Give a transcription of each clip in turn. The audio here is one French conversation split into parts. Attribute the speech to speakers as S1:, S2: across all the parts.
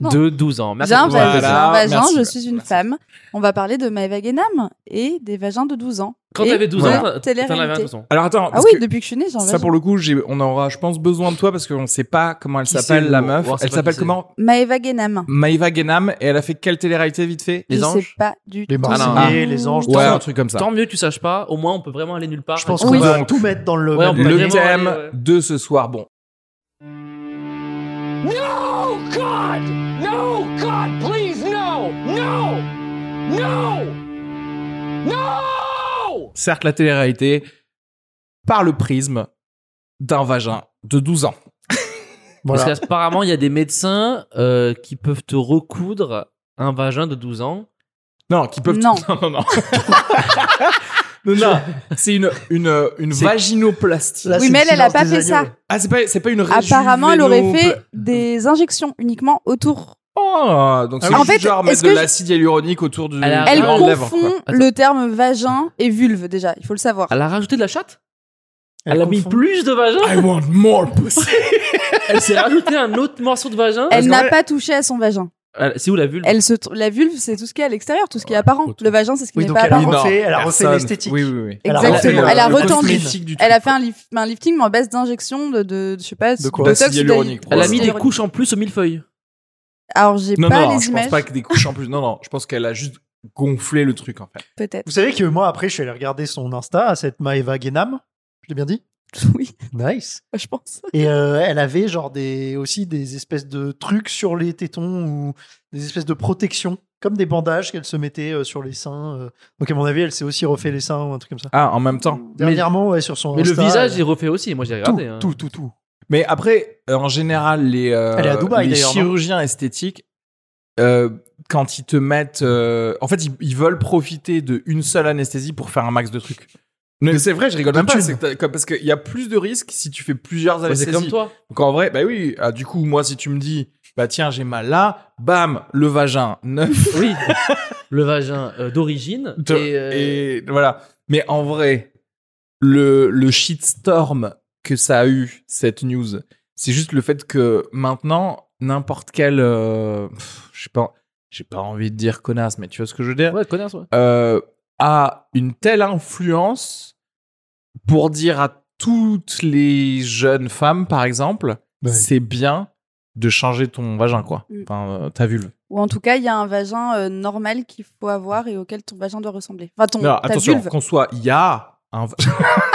S1: Non.
S2: de 12 ans. Merci
S1: J'ai un
S2: pour la
S3: Voilà,
S1: vagin, j'ai un vagin,
S3: merci.
S1: je suis une
S3: Merci.
S1: femme. On va parler de ma Wagenham et des vagins de 12 ans.
S2: Quand
S1: Et
S2: t'avais 12
S1: de
S2: ans, t'en- t'en
S1: télé-réalité.
S2: avais un de toute façon.
S3: Alors attends,
S1: Ah
S3: parce
S1: oui,
S3: que
S1: depuis que je suis née, j'ai un
S3: ça
S1: vagin.
S3: pour le coup, j'ai- on aura, je pense, besoin de toi parce qu'on ne sait pas comment elle
S2: Qui c'est,
S3: s'appelle,
S2: le
S3: la
S2: mot
S3: meuf.
S2: Voir, c'est
S3: elle
S2: pas
S3: s'appelle
S2: qui
S3: comment
S1: Maeva Genam.
S3: Maïva Genam. Et elle a fait quelle télé-réalité vite fait
S2: Les
S1: je
S2: anges
S1: sais pas du
S4: Les
S1: tout.
S3: Ah, non.
S4: Marseillais, les anges.
S3: Ouais,
S4: tout
S3: un
S4: ça.
S3: truc comme ça.
S2: Tant mieux que tu saches pas, au moins on peut vraiment aller nulle part.
S4: Je pense
S2: Et-
S4: qu'on
S1: Oui.
S4: va
S3: Donc,
S4: tout mettre dans le
S2: ouais, on
S4: même
S2: peut
S3: Le
S4: panier.
S2: vraiment
S3: thème
S2: aller, ouais.
S3: de ce soir. Bon, certes, la télé-réalité par le prisme d'un vagin de 12 ans.
S4: Voilà.
S2: Parce qu'apparemment, il y a des médecins euh, qui peuvent te recoudre un vagin de 12 ans.
S3: Non, qui peuvent.
S1: Non.
S3: non, non. non. Non, non, c'est une, une, une
S2: C'est-
S3: vaginoplastie.
S4: Là,
S1: Oui,
S4: c'est
S1: mais
S4: le
S1: elle, elle a
S4: silence
S1: pas
S4: des
S1: fait ça.
S4: agneaux.
S3: Ah, c'est pas, c'est pas une
S1: Apparemment, elle aurait
S3: réjuvénopla-
S1: fait des injections uniquement autour.
S3: Oh, donc c'est
S1: Ah En
S3: juste
S1: fait,
S3: genre
S1: est-ce
S3: mettre de
S1: que je-
S3: l'acide hyaluronique autour du.
S2: Elle a-
S3: de
S1: Elle
S3: la lèvre, quoi.
S1: confond le terme vagin et vulve déjà, il faut le savoir.
S2: Elle a rajouté de la chatte
S4: Elle
S2: Elle, Ah a mis
S4: confond.
S2: plus de vagin
S3: I want more pussy.
S2: Elle s'est rajouté un autre morceau de vagin
S1: Elle
S3: qu'en
S1: n'a
S3: vrai-
S1: pas touché à son vagin.
S2: Elle- C'est où la vulve
S1: Elle se tr- la vulve, c'est tout ce qui est à l'extérieur, tout ce qui est apparent. Le vagin, c'est ce qui
S4: Oui,
S1: n'est
S4: donc
S1: pas
S4: elle a-
S1: apparent.
S3: Oui, non,
S4: refait- elle a refait
S3: personne.
S4: l'esthétique.
S3: Oui, oui, oui.
S4: Elle a
S1: Exactement.
S4: refait
S1: Elle
S4: le-
S1: a
S4: le
S1: retendu.
S4: cosmétique.
S1: Elle a fait un, lif- un lifting, mais en baisse d'injection de, de, je sais pas,
S4: De quoi
S1: botox
S3: D'acide
S1: ou d'ali-
S3: hyaluronique,
S2: Elle a mis des
S1: hyaluronique.
S2: couches en plus au millefeuille.
S1: Alors j'ai
S3: Non,
S1: pas
S3: non, non,
S1: les
S3: je
S1: images.
S3: pense pas que des couches en plus. Non, non, je pense qu'elle a juste gonflé le truc en fait.
S1: Peut-être.
S4: Vous savez que moi, après, je suis allé regarder son Insta à cette Maeva Genam. Je l'ai bien dit
S1: Oui,
S4: Nice.
S1: je pense.
S4: Et euh, elle avait genre des, aussi des espèces de trucs sur les tétons ou des espèces de protections, comme des bandages qu'elle se mettait euh, sur les seins. euh. Donc, à mon avis, elle s'est aussi refait les seins ou un truc comme ça.
S3: Ah, en même temps.
S4: Dernièrement, ouais, sur son
S2: Mais le
S4: Insta,
S2: visage,
S4: elle-
S2: j'ai refait aussi. Moi, j'ai
S4: tout,
S2: regardé. hein.
S4: tout, tout, tout.
S3: Mais après, euh, en général, les, euh,
S4: Elle est à Dubaï,
S3: les
S4: d'ailleurs, non
S3: chirurgiens esthétiques, euh, quand ils te mettent. euh, en fait, ils, ils veulent profiter de une seule anesthésie pour faire un max de trucs. Mais c'est vrai, je rigole
S4: de
S3: même pas.
S4: thunes.
S3: c'est que t'as- comme- parce qu'il y a plus de risques si tu fais plusieurs
S2: Ouais, C'est
S3: anesthésies.
S2: comme toi.
S3: Donc en vrai, bah oui. ah, du coup, moi, si tu me dis, bah tiens, j'ai mal là, bam, le vagin, neuf.
S2: Oui. le vagin euh, d'origine.
S3: De-
S2: et, euh,
S3: Et voilà. Mais en vrai, le, le shitstorm que ça a eu, cette news, c'est juste le fait que maintenant, n'importe quel. euh, pff, je sais pas. J'ai pas envie de dire connasse, mais tu vois ce que je veux dire
S2: Ouais, connasse, ouais.
S3: euh, A une telle influence pour dire à toutes les jeunes femmes, par exemple,
S4: Ouais.
S3: c'est bien de changer ton vagin, quoi.
S1: Mm.
S3: Enfin, euh, ta vulve.
S1: Ou en tout cas, il y a un vagin euh, normal qu'il faut avoir et auquel ton vagin doit ressembler. Enfin, ton,
S3: Non,
S1: ta
S3: attention,
S1: vulve.
S3: qu'on soit. Il y a un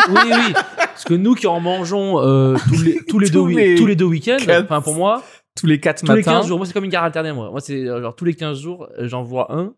S2: Oui, oui. Parce que nous qui en mangeons euh, tous les, tous les,
S3: Tous
S2: deux, wi-
S3: les
S2: tous les deux week-ends,
S3: quatre-
S2: enfin pour moi,
S3: tous les quatre
S2: tous
S3: matins.
S2: les 15 jours, moi c'est comme une gare alternée, moi. Moi c'est euh, genre tous les 15 jours, euh, j'en vois un.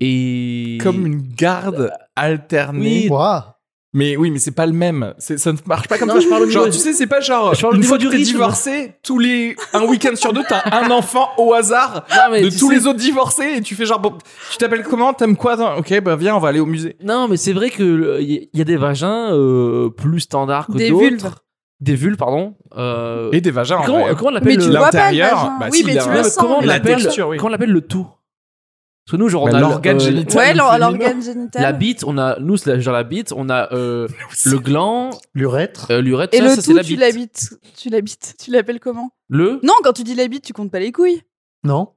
S2: Et.
S3: Comme une garde alternée.
S2: Euh, Oui.
S4: Ouah.
S3: Mais oui, mais c'est pas le même. C'est- Ça ne marche pas comme
S2: Non,
S3: ça.
S2: je parle au niveau
S3: genre,
S2: du-
S3: tu sais, c'est pas genre.
S2: je parle au
S3: une
S2: niveau
S3: fois
S2: du
S3: que t'es
S2: rythme.
S3: divorcé, tous les un week-end sur deux, t'as un enfant au hasard
S2: Non, mais
S3: de
S2: tu
S3: tous
S2: sais-
S3: les autres divorcés et tu fais genre, bon, tu t'appelles comment, t'aimes quoi, attends, ok, bah viens, on va aller au musée.
S2: Non, mais c'est vrai qu'il y, y a des vagins euh, plus standards que
S1: Des
S2: d'autres.
S1: vulves.
S2: Des vulves, pardon. Euh,
S3: Et des vagins. en
S2: comment,
S3: vrai.
S2: comment on
S1: Mais
S2: l'appelle
S1: tu
S2: le... euh,
S1: vois pas le
S3: l'intérieur,
S1: vagin.
S3: bah
S1: oui,
S3: si,
S1: mais
S3: il a-
S1: tu
S3: Ouais,
S1: le
S3: mais
S1: sens.
S2: comment on
S1: mais-
S3: la
S2: l'appelle
S3: texture, oui.
S2: comment on l'appelle le tout Parce que nous, genre,
S3: Bah,
S2: on a
S3: l'organe
S2: le- euh,
S3: génital.
S1: Ouais, l'or-
S3: féminin.
S1: l'organe génital.
S2: La bite, on a nous, c'est la- genre la bite, on a euh, le gland,
S4: L'urètre.
S2: euh, l'urètre,
S1: Et
S2: ça,
S1: le
S2: ça, c'est
S1: tout,
S2: la
S1: tu
S2: bite.
S1: l'habites. Tu l'habites. Tu l'appelles comment
S2: Le
S1: Non, quand tu dis la bite, tu comptes pas les couilles.
S4: Non.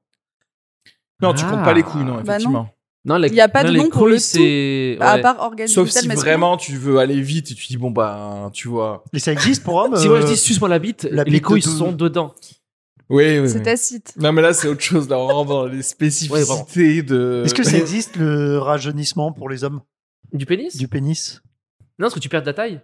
S3: Non, tu
S2: Ah.
S3: comptes pas les couilles, non,
S1: Bah non.
S3: effectivement.
S2: non, la-
S1: Il y a pas de
S2: non, les
S1: nom pour le
S2: couilles, c'est
S1: Bah, À
S2: ouais.
S1: part organe
S3: Sauf
S1: génital
S3: si
S1: masculin.
S3: vraiment tu veux aller vite et tu dis, bon, bah, tu vois.
S4: Et ça existe pour hommes
S2: Si moi je
S4: euh,
S2: dis suce-moi la bite,
S4: la
S2: les
S4: bite
S2: couilles
S4: de douze.
S2: sont dedans.
S3: Oui, oui.
S1: C'est
S3: oui.
S1: tacite.
S3: Non, mais là, c'est autre chose, là, on rentre dans les spécificités de.
S4: Est-ce que ça existe le rajeunissement pour les hommes
S2: Du pénis
S4: du pénis
S2: Non, parce que tu perds de la taille.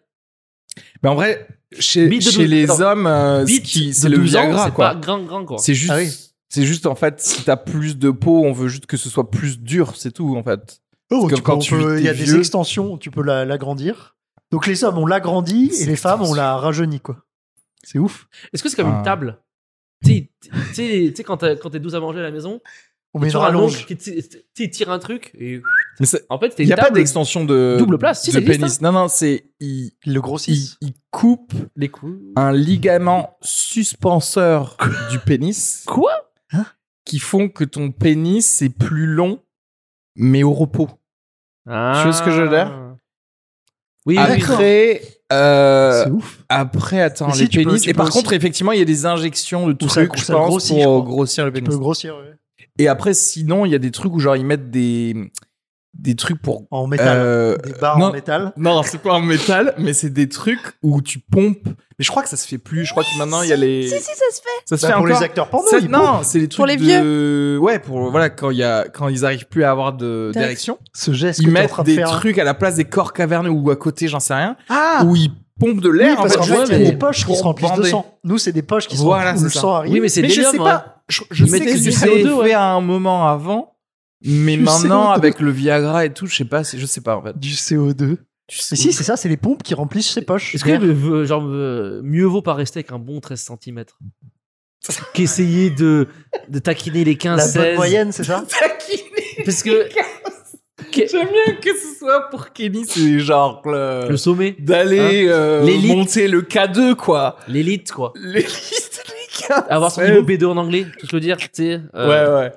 S3: Mais en vrai, chez,
S2: Bite de
S3: chez
S2: douze-
S3: les
S2: attends.
S3: hommes, euh, ce
S2: Bite
S3: qui-
S2: de
S3: c'est le
S2: 12 ans,
S3: Viagra,
S2: c'est
S3: quoi.
S2: pas grand grand quoi.
S3: C'est juste,
S4: Ah oui.
S3: c'est juste en fait, si t'as plus de peau, on veut juste que ce soit plus dur, c'est tout, en fait.
S4: Oh,
S3: Parce que
S4: tu
S3: quand
S4: peux-
S3: tu-
S4: on peut- il y a
S3: t'es
S4: des
S3: vieux-
S4: extensions, tu peux la- l'agrandir. Donc les hommes, on l'agrandit et les femmes, on la rajeunit, quoi. C'est ouf.
S2: Est-ce que c'est comme
S3: Ah.
S2: une table Tu sais, tu sais, tu sais, quand t'as- quand t'es 12 à manger à la maison, il y a
S4: On met une
S2: toujours un oncle
S4: rallonge.
S2: qui t- tu sais, il tire un truc et
S3: Mais ça-
S2: En fait, c'était
S3: Il
S2: une
S3: n'y a pas
S2: table
S3: d'extension de,
S2: double place, si,
S3: de
S2: ça existe, hein.
S3: pénis. Non, non, c'est. Il,
S4: Ils le
S3: il,
S4: grossissent.
S3: il coupe
S2: les couilles.
S3: un ligament suspenseur du pénis
S2: Quoi
S3: qui font que ton pénis est plus long, mais au repos.
S2: ah.
S3: vois ce que je veux dire
S2: Oui, oui, oui.
S3: Après. euh,
S4: C'est ouf.
S3: Après, attends,
S4: Mais si,
S3: les
S4: tu peux-
S3: pénis.
S4: tu
S3: et par
S4: peux
S3: contre, effectivement, il y a des injections de
S4: ça-
S3: trucs,
S4: ou
S3: je
S4: ça
S3: pense,
S4: grossit,
S3: pour
S4: je crois.
S3: grossir le
S4: Tu
S3: pénis.
S4: peux grossir ouais.
S3: Et après, sinon, il y a des trucs où, genre, ils mettent des, des trucs pour.
S4: en métal.
S3: euh,
S4: des barres
S3: non.
S4: en métal.
S3: Non, c'est pas en métal, mais c'est des trucs où tu pompes. Mais je crois que ça se fait plus. Je crois que maintenant, il y a les.
S1: Si, si, ça se fait.
S3: Ça se
S4: Bah,
S3: fait
S4: pour
S3: encore.
S4: les acteurs porno,
S3: Ça-
S4: ils
S3: non, c'est les trucs
S1: Pour les
S3: de... Ouais, pour voilà quand il y a quand ils arrivent plus à avoir de
S1: T'as-
S3: d'érection,
S4: ce geste
S3: ils
S4: que t'es en
S3: mettent
S4: train de
S3: des
S4: faire. hein.
S3: trucs à la place des corps caverneux ou à côté, j'en sais rien,
S4: Ah
S3: où ils pompent de
S4: oui,
S3: l'air.
S4: parce
S3: en
S4: qu'en
S3: fait,
S4: fait, il y a des
S3: pour-
S4: poches qui
S3: pour
S4: se remplissent de
S3: bander.
S4: sang. Nous, c'est des poches qui se
S3: Voilà,
S4: remplissent où
S3: c'est
S4: le
S3: ça.
S4: sang arrive.
S2: Oui, mais c'est hein.
S3: Mais je
S2: délire,
S3: sais
S2: moi.
S3: pas. Je, je
S2: Ils
S3: sais
S2: mettent
S3: que
S2: du
S3: c'est fait
S2: CO2, ouais.
S3: à un moment avant, mais
S4: Du
S3: maintenant
S4: CO2.
S3: avec le Viagra et tout, je sais pas, c'est- je sais pas en fait.
S4: Du CO2.
S3: Tu sais-
S4: Mais si, c'est ça, c'est les pompes qui remplissent ces poches.
S2: Est-ce que euh, genre, euh, mieux vaut pas rester avec un bon 13 cm qu'essayer de, de taquiner les 15
S4: la
S2: 16
S4: bonne moyenne, c'est ça
S2: Parce que
S3: J'aime bien que ce soit pour Kenny, c'est genre le-
S2: le sommet,
S3: d'aller
S2: Hein
S3: euh,
S2: L'élite.
S3: monter le K2 quoi.
S2: l'élite, quoi.
S3: Les listes, les gars.
S2: Avoir son
S3: Ouais.
S2: niveau B2 en anglais, tout le dire, tu sais.
S3: Ouais,
S2: euh,
S3: ouais.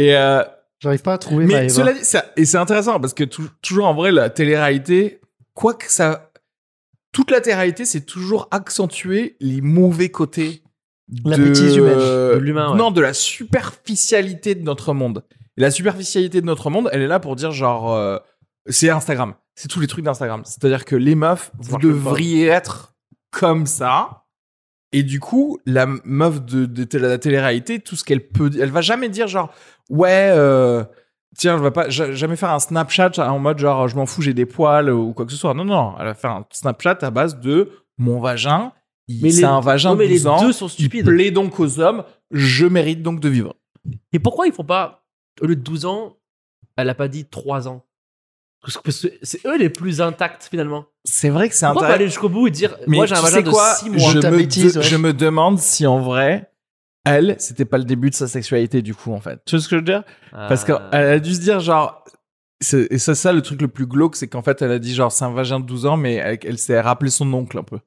S3: Et euh,
S4: J'arrive pas à trouver ma
S3: mais
S4: bah, Eva.
S3: cela dit, ça- et c'est intéressant parce que tou- toujours en vrai, la télé-réalité, quoi que ça, toute la télé-réalité, c'est toujours accentuer les mauvais côtés
S4: La
S3: de-
S4: bêtise humaine.
S2: De l'humain, ouais.
S3: Non, de la superficialité de notre monde. Et la superficialité de notre monde, elle est là pour dire genre, euh, c'est Instagram, c'est tous les trucs d'Instagram. C'est-à-dire que les meufs, vous
S2: marche pas.
S3: devriez être comme ça. Et du coup, la meuf de, de tél- la télé-réalité, tout ce qu'elle peut, elle va jamais dire genre ouais, euh, tiens, je vais pas ja- jamais faire un Snapchat en mode genre je m'en fous, j'ai des poils ou quoi que ce soit. Non, non, elle va faire un Snapchat à base de mon vagin. il-
S2: Mais les-
S3: C'est un vagin
S2: non,
S3: de
S2: mais les
S3: 12 ans.
S2: deux sont
S3: Il
S2: stupides.
S3: plaît donc aux hommes. Je mérite donc de vivre.
S2: Et pourquoi ils font pas, au lieu de 12 ans, elle a pas dit 3 ans Parce que parce que c'est eux les plus intacts, finalement.
S3: C'est vrai que c'est
S2: Pourquoi pas
S3: intéressant.
S2: aller jusqu'au bout et dire
S3: Mais
S2: Moi, j'ai un
S3: tu
S2: vagin
S3: sais
S2: de
S3: quoi
S2: 6 mois.
S3: je,
S4: Ta
S3: me
S4: bêtise,
S3: de-
S4: ouais.
S3: je me demande si en vrai, elle, c'était pas le début de sa sexualité du coup en fait. Tu vois ce que euh, je veux dire Parce qu'elle
S2: Ah.
S3: a dû se dire genre. c'est- Et ça, ça, le truc le plus glauque, c'est qu'en fait, elle a dit genre c'est un vagin de 12 ans, mais elle, elle s'est rappelé son oncle un peu.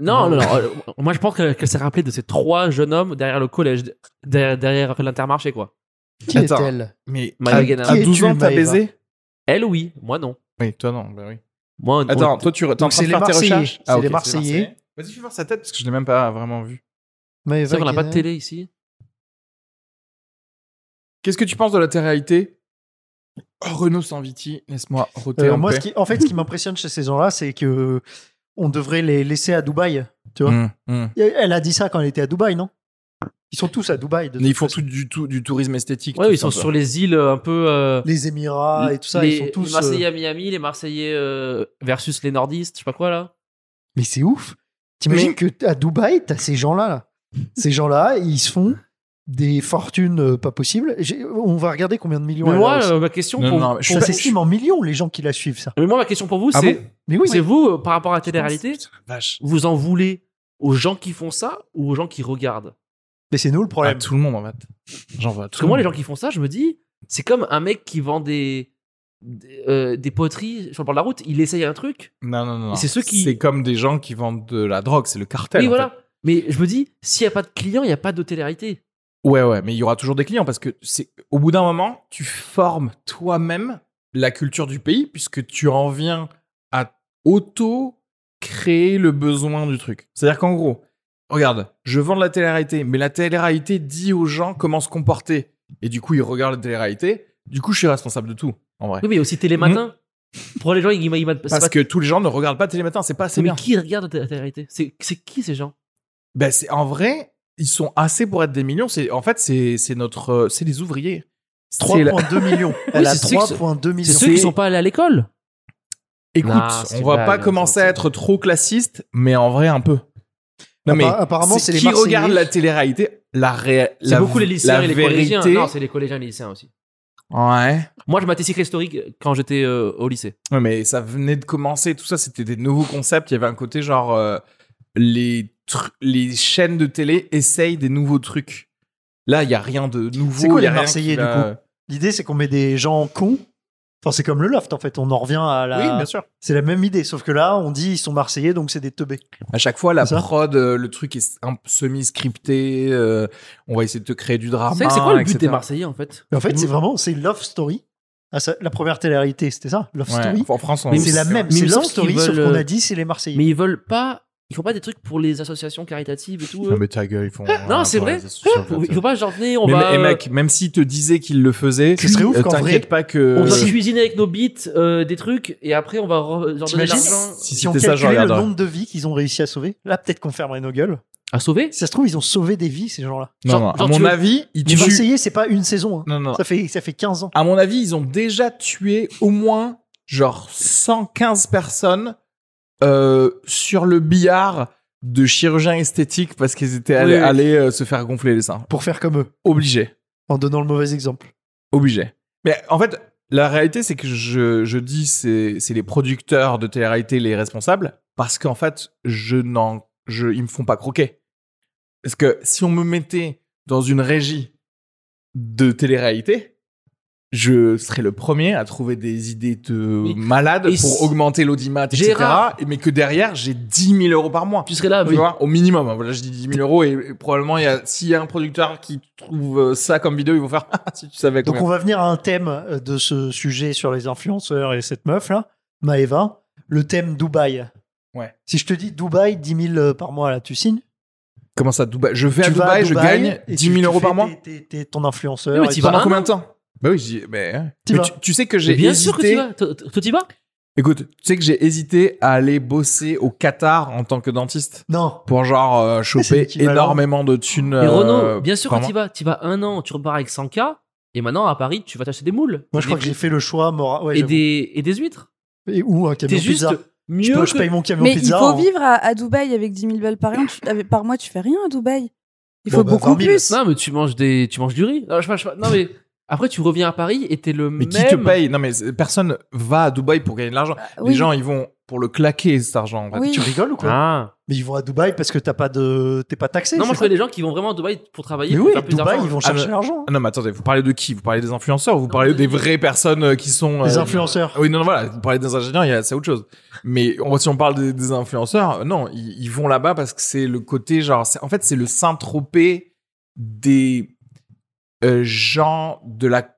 S2: Non, non, non. euh, moi, je pense que- qu'elle s'est rappelée de ces trois jeunes hommes derrière le collège, derrière, derrière l'intermarché, quoi.
S4: Qui
S3: Attends.
S4: est-elle
S3: Mais
S2: Maëva
S3: à,
S2: Guénin.
S3: à
S4: Qui
S3: 12
S4: es-tu,
S3: ans, t'as
S4: Maëva
S3: baisé
S2: Elle, oui. Moi, non.
S3: Oui, toi non, bah oui.
S2: Moi, on-
S3: Attends,
S2: on-
S3: toi tu t'es en train
S4: Donc,
S3: de
S4: c'est les
S3: faire tes
S4: Marseillais.
S3: recherches. Ah,
S4: C'est
S3: ok,
S4: les Marseillais.
S3: Vas-y, fais voir sa tête parce que je l'ai même pas vraiment vu.
S4: Ma Eva
S2: c'est vrai qu'on n'a pas de
S4: Guénin.
S2: télé ici.
S3: Qu'est-ce que tu penses de la télé-réalité oh, Renaud Sanviti, laisse-moi roter
S4: Euh,
S3: en
S4: moi,
S3: paix.
S4: ce qui, en fait, ce qui m'impressionne chez ces gens-là, c'est que on devrait les laisser à Dubaï.
S3: Hum, hum.
S4: Et Elle a dit ça quand elle était à Dubaï, non Ils sont tous à Dubaï. De
S3: Mais ils
S4: toute
S3: font
S4: façon.
S3: tout du, tout du tourisme esthétique.
S2: Ouais,
S3: tout
S2: ils sont
S3: ça.
S2: sur les îles euh, un peu. euh,
S4: Les Émirats Ah, et tout ça,
S2: les,
S4: ils sont
S2: les
S4: tous. euh,
S2: Marseillais à Miami, les Marseillais euh, versus les Nordistes, je sais pas quoi là.
S4: Mais c'est ouf. T'imagines
S3: Mais-
S4: que t- à Dubaï, t'as ces gens-là. là. ces gens-là, ils se font des fortunes euh, pas possibles. J'ai- On va regarder combien de millions.
S2: Mais
S4: elle
S2: moi,
S4: a aussi.
S2: euh, ma question
S3: Non,
S2: pour,
S3: non, mais je
S2: pour-
S4: ça s'estime en millions les gens qui la suivent, ça.
S2: Mais moi, ma question pour vous,
S3: Ah
S2: c'est
S3: bon
S4: Mais oui,
S2: c'est vous euh, par rapport à la télé-réalité,
S3: Putain, Vache.
S2: vous en voulez aux gens qui font ça ou aux gens qui regardent
S4: mais c'est nous le
S3: À
S2: Ah,
S4: problème.
S3: Ah, tout le monde en fait. J'en veux à tout
S2: Parce que
S3: le
S2: moi, les
S3: monde.
S2: gens qui font ça, je me dis, c'est comme un mec qui vend des des, euh, des poteries sur le bord de la route, il essaye un truc.
S3: Non, non, non. non.
S2: Et c'est ceux qui-
S3: C'est comme des gens qui vendent de la drogue, c'est le cartel.
S2: oui,
S3: en
S2: voilà. Mais je me dis, s'il n'y a pas de clients, il n'y a pas de télé-réalité.
S3: Ouais, ouais, mais il y aura toujours des clients parce que c'est au bout d'un moment, tu formes toi-même la culture du pays puisque tu en viens à auto-créer le besoin du truc. C'est-à-dire qu'en gros, regarde, je vends de la télé-réalité, mais la télé-réalité dit aux gens comment se comporter. Et du coup, ils regardent la télé-réalité. Du coup, je suis responsable de tout, en vrai.
S2: Oui, mais il y a aussi Télématin. Pour les gens, ils, ils, ils- c'est
S3: Mhm. Parce
S2: pas-
S3: que tous les gens ne regardent pas Télématin, c'est pas assez
S2: Mais
S3: bien.
S2: qui regarde la télé- télé-réalité C'est c'est qui ces gens
S3: Ben, c'est en vrai, ils sont assez pour être des millions. C'est en fait, c'est c'est notre, euh, c'est les ouvriers. C'est la-
S4: 3,2 millions. Elle a
S2: c'est ceux qui se-
S4: 3,2
S2: C'est
S4: millions.
S2: ceux qui sont pas allés à l'école.
S3: Écoute,
S2: Non, c'est
S3: on va
S2: vague,
S3: pas
S2: hein,
S3: commencer à
S2: ça, c'est-
S3: être trop classiste, mais en vrai un peu. Non mais
S4: Appa- Ah bah, apparemment, c'est les
S3: qui
S4: Marseillais.
S3: regarde la télé-réalité, la ré...
S2: C'est
S3: la-
S2: beaucoup les lycéens
S3: la
S2: et les
S3: vérité.
S2: collégiens. Non, c'est les collégiens et les lycéens aussi.
S3: Ouais.
S2: Moi, je matais cycle historique quand j'étais euh, au lycée.
S3: Ouais, mais ça venait de commencer, tout ça, c'était des nouveaux concepts. Il y avait un côté genre euh, les tr- les chaînes de télé essayent des nouveaux trucs. Là, il y a rien de nouveau.
S4: C'est quoi
S3: il y a
S4: les
S3: rien
S4: Marseillais,
S3: qui
S4: du
S3: va-
S4: L'idée, c'est qu'on met des gens cons Enfin, c'est comme le loft en fait. On en revient à la.
S3: Oui, bien sûr.
S4: C'est la même idée, sauf que là, on dit ils sont marseillais, donc c'est des teubés.
S3: À chaque fois, la
S4: C'est ça
S3: prod, euh, le truc est un- semi-scripté. euh, on va essayer de te créer du drama.
S2: C'est vrai que c'est quoi le but
S3: etc..
S2: des Marseillais en fait
S4: Mais en fait, c'est
S2: Mm.
S4: vraiment c'est Love Story. Ah, ça- la première télé-réalité, c'était ça, Love
S3: Ouais.
S4: Story.
S3: En France, on-
S2: Mais
S4: c'est la même,
S2: mais il
S4: c'est
S2: me
S4: Love
S2: semble
S4: Story,
S2: qu'ils
S4: sauf
S2: veulent,
S4: qu'on
S2: euh,
S4: a dit c'est les Marseillais.
S2: Mais ils veulent pas. Ils font pas des trucs pour les associations caritatives et tout.
S3: Non,
S2: eux.
S3: mais ta gueule, ils font. euh,
S2: Non, c'est vrai. Il faut Bah, pas genre venez, on
S3: Mais,
S2: va.
S3: et mec, même s'ils te disaient qu'ils le faisaient,
S4: Ce serait ouf
S3: euh,
S4: qu'en
S3: t'inquiète
S4: vrai,
S3: pas que.
S2: On va cuisiner avec nos beats, euh, des trucs, et après on va re- leur donner de
S4: T'imagines
S2: l'argent
S3: Si
S4: si on
S3: c'était ça, je
S4: calculait le
S3: regarderais.
S4: nombre de vies qu'ils ont réussi à sauver, là peut-être qu'on fermerait nos gueules.
S2: à sauver.
S4: Si ça se trouve, ils ont sauvé des vies ces gens-là.
S3: Non,
S2: Genre-
S3: non, à
S2: genre,
S3: mon
S2: tu veux-
S3: avis, ils
S4: Les
S3: tuent.
S4: Marseillais, c'est pas une saison. hein.
S3: Non, non.
S4: Ça fait ça fait 15 ans.
S3: À mon avis, ils ont déjà tué au moins genre 115 personnes euh, sur le billard de chirurgiens esthétiques parce qu'ils étaient allés,
S2: Oui, oui.
S3: allés, euh, se faire gonfler les seins.
S4: Pour faire comme eux,
S3: Obligé.
S4: en donnant le mauvais exemple.
S3: Obligé. Mais en fait, la réalité, c'est que je, je dis c'est c'est les producteurs de télé-réalité les responsables parce qu'en fait, je n'en, je, ils me font pas croquer. Parce que si on me mettait dans une régie de télé-réalité, je serais le premier à trouver des idées de
S2: Oui.
S3: malades
S2: Et
S3: pour
S2: si-
S3: augmenter l'audimat, etc.
S2: Gérard.
S3: Et- Mais que derrière, j'ai 10 000 euros par mois.
S2: Tu serais là,
S3: Tu
S2: oui.
S3: vois, au minimum. hein. Voilà, je dis 10 000 euros et, et probablement, il y a, s'il y a un producteur qui trouve euh, ça comme vidéo, ils vont faire Ah, si tu savais
S4: Donc
S3: combien.
S4: on va venir à un thème euh, de ce sujet sur les influenceurs et cette meuf là, Maeva, le thème Dubaï.
S3: Ouais.
S4: Si je te dis Dubaï, 10 000 euh, par mois là, tu signes
S3: Comment ça, Dubaï Je vais à
S4: Tu vas
S3: Dubaï, je
S4: Dubaï
S3: gagne
S4: et
S3: 10
S4: tu-
S3: 000
S4: tu
S3: euros
S4: fais
S3: par mois.
S4: tes- tes- t'es ton influenceur.
S2: Oui, mais
S4: et
S2: tu
S4: tout.
S2: vas
S3: Pendant
S2: un
S3: combien de temps Bah oui, je dis, mais, hein.
S4: T'y
S3: Mais
S4: vas.
S3: tu, tu sais que j'ai
S2: Mais bien
S3: hésité.
S2: sûr que tu vas. Toi- toi- Toi, tu vas
S3: Écoute, tu sais que j'ai hésité à aller bosser au Qatar en tant que dentiste
S4: Non.
S3: pour genre euh,
S4: c'est
S3: choper
S4: l'équivalent.
S3: énormément de thunes.
S2: Mais
S3: euh,
S2: Renaud, bien sûr que
S3: vraiment.
S2: tu vas. Tu vas un an, tu repars avec 100K, et maintenant à Paris, tu vas t'acheter des moules.
S4: Moi je
S2: Des-
S4: crois que j'ai fait le choix moral. Ouais,
S2: et
S4: j'avoue.
S2: des, et des huîtres.
S4: Et ou un camion
S2: T'es juste
S4: pizza.
S2: mieux.
S4: Je, peux- je
S2: que-
S4: paye mon camion
S1: Mais il
S4: pizza.
S3: hein.
S1: faut
S4: en-
S1: vivre à, à Dubaï avec 10 000 balles par, an, tu- avec- par mois, tu fais rien à Dubaï. Il
S4: Bon,
S1: faut
S4: bah,
S1: beaucoup
S4: 20 000.
S1: plus.
S2: Non, mais tu manges, des, tu manges du riz. Non, je sais pas, je sais pas. Non, mais après, tu reviens à Paris et t'es le
S3: Mais
S2: même. Bah
S3: qui te paye Non, mais c'est- personne va à Dubaï pour gagner de l'argent.
S1: Ah Oui.
S3: Les gens, ils vont pour le claquer, cet argent. en fait.
S1: Oui.
S4: Tu rigoles ou quoi
S2: Ah.
S4: Mais ils vont à Dubaï parce que t'as pas de, t'es pas taxé.
S2: Non, moi
S4: c'est
S2: je connais des gens qui vont vraiment à Dubaï pour travailler.
S3: Mais
S2: pour
S3: oui,
S2: faire
S4: ça
S2: plus
S4: Dubaï,
S2: d'argent.
S4: ils vont
S3: Ah,
S4: chercher
S3: mais-
S4: l'argent. hein.
S3: Ah non, mais attendez, vous parlez de qui Vous parlez des influenceurs ou Vous parlez
S4: Bah,
S3: des vraies personnes euh, qui sont.
S4: Les
S3: euh,
S4: influenceurs.
S3: Oui, non, non, voilà, vous parlez des ingénieurs, il y a- c'est autre chose. Mais on- si on parle des, des influenceurs, euh, non, ils, ils vont là-bas parce que c'est le côté, genre, c'est- en fait, c'est le Saint-Tropez des euh, gens de la.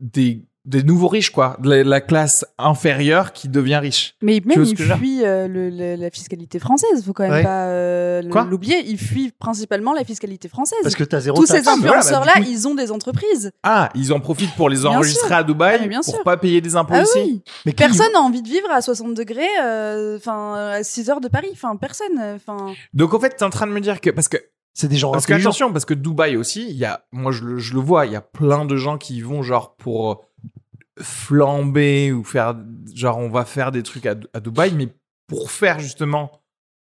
S3: Des, des nouveaux riches, quoi. De la, la classe inférieure qui devient riche.
S1: Mais
S3: vois
S1: même,
S3: ce
S1: il
S3: que je veux dire
S1: fuit euh, le- le- la fiscalité française. Faut quand même
S4: Ouais.
S1: pas euh,
S3: Quoi
S1: l'oublier. Il fuit principalement la fiscalité française.
S4: Parce que t'as zéro
S1: Tous
S4: taxe. Ah,
S1: ces
S3: mais voilà, bah, du
S1: influenceurs-là,
S3: coup,
S1: ils ont des entreprises.
S3: Ah, ils en profitent pour les
S1: Bien
S3: enregistrer
S1: sûr.
S3: à Dubaï
S1: Ah, mais bien
S3: pour
S1: sûr.
S3: pas payer des impôts
S1: Ah
S3: ici.
S1: oui.
S4: Mais qui-
S1: Personne n'a envie de vivre à 60 degrés, euh, enfin à 6 heures de Paris. Enfin, personne. euh, Enfin,
S3: Donc, en fait, t'es en train de me dire que. Parce que
S4: C'est des gens
S3: Parce que
S4: intelligents.
S3: attention, parce que Dubaï aussi, il y a, moi je le, je le vois, il y a plein de gens qui y vont genre pour euh, flamber ou faire, genre on va faire des trucs à, à Dubaï, mais pour faire justement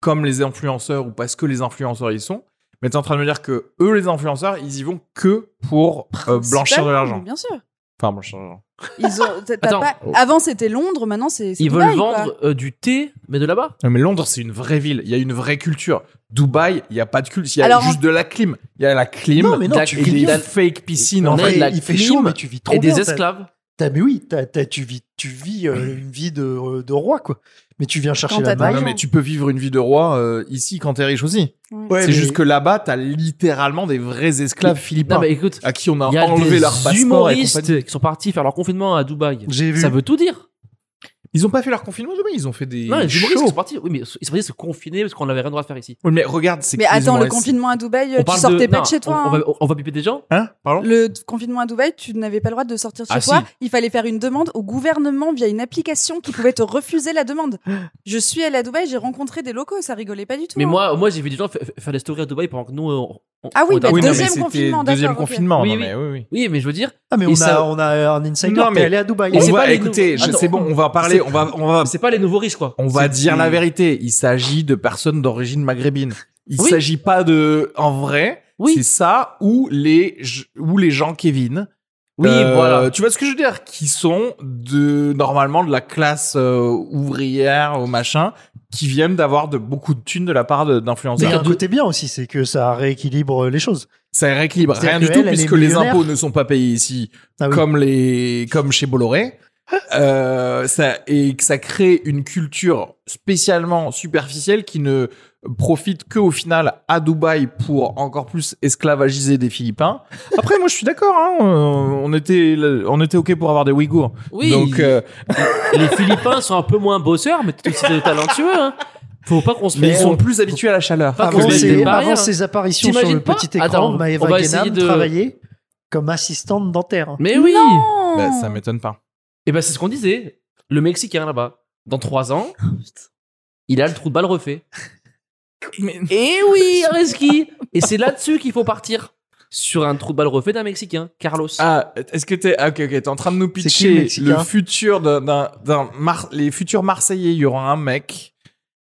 S3: comme les influenceurs ou parce que les influenceurs y sont. Mais t'es en train de me dire que eux, les influenceurs, ils y vont que pour euh, blanchir de
S1: principalement,
S3: l'argent. oh.
S1: Bien sûr.
S3: Enfin, blanchir de l'argent.
S1: Ils ont, t'as- t'as
S2: Attends.
S1: pas- Avant c'était Londres, maintenant c'est. c'est
S2: Ils veulent
S1: Dubaï, quoi.
S2: vendre euh, du thé, mais de là-bas.
S3: Non, mais Londres, c'est une vraie ville. Il y a une vraie culture. Dubaï, il y a pas de culture. Il y a
S1: Alors,
S3: juste de la clim. Il y a la clim,
S4: Non, mais non,
S3: de la-
S4: tu
S3: et
S4: vis
S3: des
S4: bien.
S3: fake piscines.
S2: On
S3: en
S2: est
S3: fait.
S2: de la
S4: il fait chaud,
S2: clim
S4: mais tu vis trop
S2: et
S4: bien.
S2: des
S4: t'as-
S2: esclaves.
S4: t'as- mais oui, t'as- t'as- tu vis, tu vis euh, une vie de, euh, de roi, quoi. Mais tu viens chercher
S1: Quand
S4: la
S3: Non,
S1: t'as
S4: maille.
S2: Bah,
S1: Par
S3: mais
S1: exemple.
S3: tu peux vivre une vie de roi euh, ici quand t'es riche aussi.
S1: Ouais.
S4: Ouais,
S3: c'est
S4: mais-
S3: juste que là-bas, t'as littéralement des vrais esclaves philippins
S2: Non, mais écoute,
S3: à qui on a
S2: il y a
S3: enlevé
S2: des
S3: leur passeport. Et compagnie.
S2: humoristes qui sont partis faire leur confinement à Dubaï.
S4: J'ai vu.
S2: Ça veut tout dire.
S3: ils ont pas fait leur confinement, Dubaï, ils ont fait des
S2: Non, les humoristes qui
S3: shows.
S2: sont partis, oui, mais ils sont partis se confiner parce qu'on n'avait rien le droit de faire ici.
S3: Oui, mais regarde, c'est
S1: Mais
S3: que les
S1: attends, le
S3: humoristes-
S1: confinement à Dubaï,
S2: On
S1: tu
S2: parle
S1: sortais
S2: de-
S1: pas
S2: non,
S1: de chez toi.
S2: On, on
S1: hein.
S2: va, on va piper des gens.
S3: Hein Pardon
S1: Le t- confinement à Dubaï, tu n'avais pas le droit de sortir de chez
S3: Ah,
S1: toi.
S3: si.
S1: Il fallait faire une demande au gouvernement via une application qui pouvait te refuser la demande. Je suis allée à Dubaï, j'ai rencontré des locaux, ça rigolait pas du tout.
S2: Mais
S1: hein.
S2: moi, moi j'ai vu des gens fa- fa- faire des stories à Dubaï pendant que nous. on- on-
S1: Ah oui,
S2: on était
S1: bah,
S3: Oui, non,
S2: à Dubaï.
S3: mais
S1: deuxième
S3: c'était
S1: confinement,
S3: Deuxième
S1: d'accord, ok.
S3: confinement,
S2: Oui,
S3: non,
S2: oui.
S3: mais oui, oui.
S2: Oui, mais je veux dire,
S4: Ah, mais
S2: Et
S4: on, a,
S2: ça-
S4: on a un insider.
S3: Non, mais-
S4: T'es allé à Dubaï.
S2: Et
S3: On
S2: c'est
S3: va
S2: pas les
S3: écouter,
S2: nouveaux-
S3: je-
S2: Attends,
S3: c'est bon, on va parler,
S2: c'est-
S3: on va, on va,
S2: c'est pas les nouveaux riches quoi.
S3: Ah, on va
S2: C'est-
S3: dire la
S2: c'est-
S3: vérité. Il s'agit de personnes d'origine maghrébine. Il
S2: Oui.
S3: s'agit pas de, en vrai,
S2: Oui.
S3: c'est ça ou les, ou les gens Kevin.
S2: Oui,
S3: Euh,
S2: voilà.
S3: Tu vois ce que je veux dire Qui sont de normalement de la classe euh, ouvrière ou machin, qui viennent d'avoir de beaucoup de thunes de la part de-
S4: Mais il y a
S3: d'influenceurs.
S4: un côté bien aussi, c'est que ça rééquilibre les choses.
S3: Ça rééquilibre rien
S4: C'est-à-dire
S3: du
S4: que
S3: tout
S4: elle, elle est Ah
S3: puisque les
S4: millionnaire.
S3: impôts ne sont pas payés ici
S4: Ah oui.
S3: comme les comme chez Bolloré. Euh, ça, et que ça crée une culture spécialement superficielle qui ne profite que au final à Dubaï pour encore plus esclavagiser des Philippins. Après, moi, je suis d'accord. hein, euh, on était, on était ok pour avoir des Ouïghours.
S2: Oui,
S3: Donc, euh,
S2: les Philippins sont un peu moins bosseurs, mais tout aussi talentueux. Hein. Faut pas qu'on se
S3: mais ils
S2: mette-
S3: sont plus habitués à la chaleur.
S2: Pas
S3: que
S4: Avant
S2: qu'on se
S3: les-
S2: mette des
S4: ses,
S2: barrières.
S4: avant ses apparitions sur
S2: T'imagines
S4: le
S2: pas
S4: petit écran,
S2: Attends, on
S4: Maëva
S2: va essayer
S4: Guénam
S2: de-
S4: travaillait comme assistante dentaire.
S2: Mais oui.
S1: Non
S3: Bah, ça m'étonne pas.
S2: Et ben c'est ce qu'on disait. Le Mexicain là-bas, dans trois ans,
S1: Oh,
S2: il a le trou de balle refait. Et oui, Reski. Et c'est là-dessus qu'il faut partir sur un trou de balle refait d'un Mexicain, Carlos.
S3: Ah, est-ce que t'es, ah, ok, ok, t'es en train de nous
S4: C'est qui, le
S3: pitcher
S4: Mexicain
S3: le futur d'un, d'un, d'un Mar- les futurs Marseillais, il y aura un mec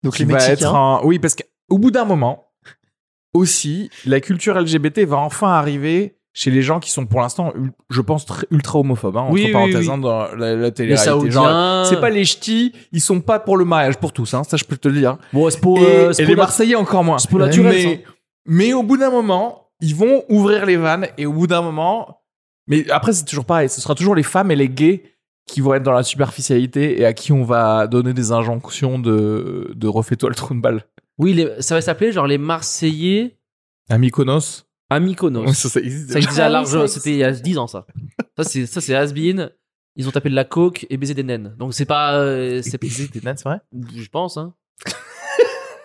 S4: Donc
S3: qui
S4: les
S3: va
S4: Mexicains.
S3: être un, oui, parce qu'au bout d'un moment, aussi, la culture LGBT va enfin arriver chez les gens qui sont pour l'instant, ul- je pense, très- ultra homophobes, hein, entre
S2: Oui, oui,
S3: parenthèses,
S2: oui.
S3: hein, dans la, la télé
S2: les Saoudiens.
S3: c'est pas les ch'tis, ils sont pas pour le mariage, pour tous, hein, ça je peux te le dire.
S2: Bon, c'est pour.
S3: et,
S2: euh,
S3: et
S2: c'est
S3: les
S2: pour la-
S3: Marseillais encore moins.
S2: c'est pour naturel,
S3: mais,
S2: ça.
S3: mais au bout d'un moment, ils vont ouvrir les vannes et au bout d'un moment, mais après c'est toujours pareil, ce sera toujours les femmes et les gays qui vont être dans la superficialité et à qui on va donner des injonctions de, de refais-toi le trou de balle.
S2: Oui, les- ça va s'appeler genre les Marseillais
S3: À Mykonos,
S2: à Mykonos.
S3: ça, ça existe.
S2: Ça existait
S1: Ah
S2: à
S1: oui, ça
S2: large, euh,
S1: existe.
S2: c'était il y a 10 ans ça. Ça c'est ça c'est has-been. Ils ont tapé de la coke et baisé des naines. Donc c'est pas euh, c'est
S3: C'était naze, c'est vrai
S2: je pense hein.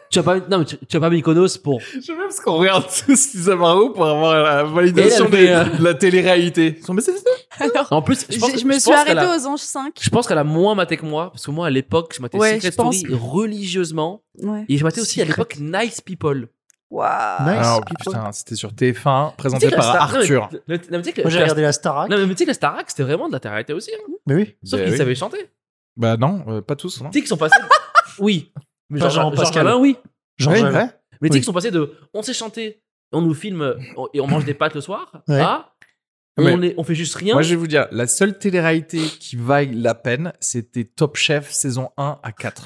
S2: tu as pas non mais tu, tu as pas Mykonos pour
S3: Je sais même ce qu'on regarde tous Lisa Margot pour avoir la validation
S2: Et elle fait,
S3: des-
S2: euh,
S3: de la télé-réalité. Ils sont, mais c'est-
S1: Alors,
S2: En plus, je,
S1: j'ai-
S2: pense,
S1: je me
S2: je
S1: suis
S2: pense
S1: arrêtée
S2: qu'elle a-
S1: aux anges 5.
S2: Je pense qu'elle a moins maté que moi, parce que moi à l'époque, je matais
S1: Ouais,
S2: Secret
S1: je pense.
S2: Story religieusement,
S1: Ouais.
S2: et je matais aussi à
S4: Secret.
S2: l'époque Nice People.
S1: Waouh.
S4: Nice.
S3: Ah,
S2: people.
S3: putain, c'était sur TF1,
S2: Tu sais
S3: présenté
S2: que la
S3: par
S2: Star- non, mais-
S3: Arthur.
S2: non, mais tu sais que-
S4: Moi j'ai regardé la Starac.
S2: Non mais tu sais que la Starac c'était vraiment de la télé aussi, hein.
S4: Mais oui.
S2: sauf
S3: Bah
S2: qu'ils
S3: oui.
S2: savaient chanter.
S3: Bah non, euh, pas tous. Non.
S2: Tu sais qu'ils sont passés. oui. Mais
S4: Pas
S2: genre,
S4: Jean
S2: genre,
S4: Pascal.
S2: Alain, oui.
S4: Jean
S1: euh,
S3: Ouais,
S4: Javel.
S3: vrai
S2: Mais tu sais
S3: Oui.
S2: qu'ils sont passés de on sait chanter, on nous filme on- et on mange des pâtes le soir
S4: Ouais.
S2: à on,
S3: Mais-
S2: est- on fait juste rien.
S3: Moi, je vais vous dire, la seule télé-réalité qui vaille la peine, c'était Top Chef saison 1 à 4.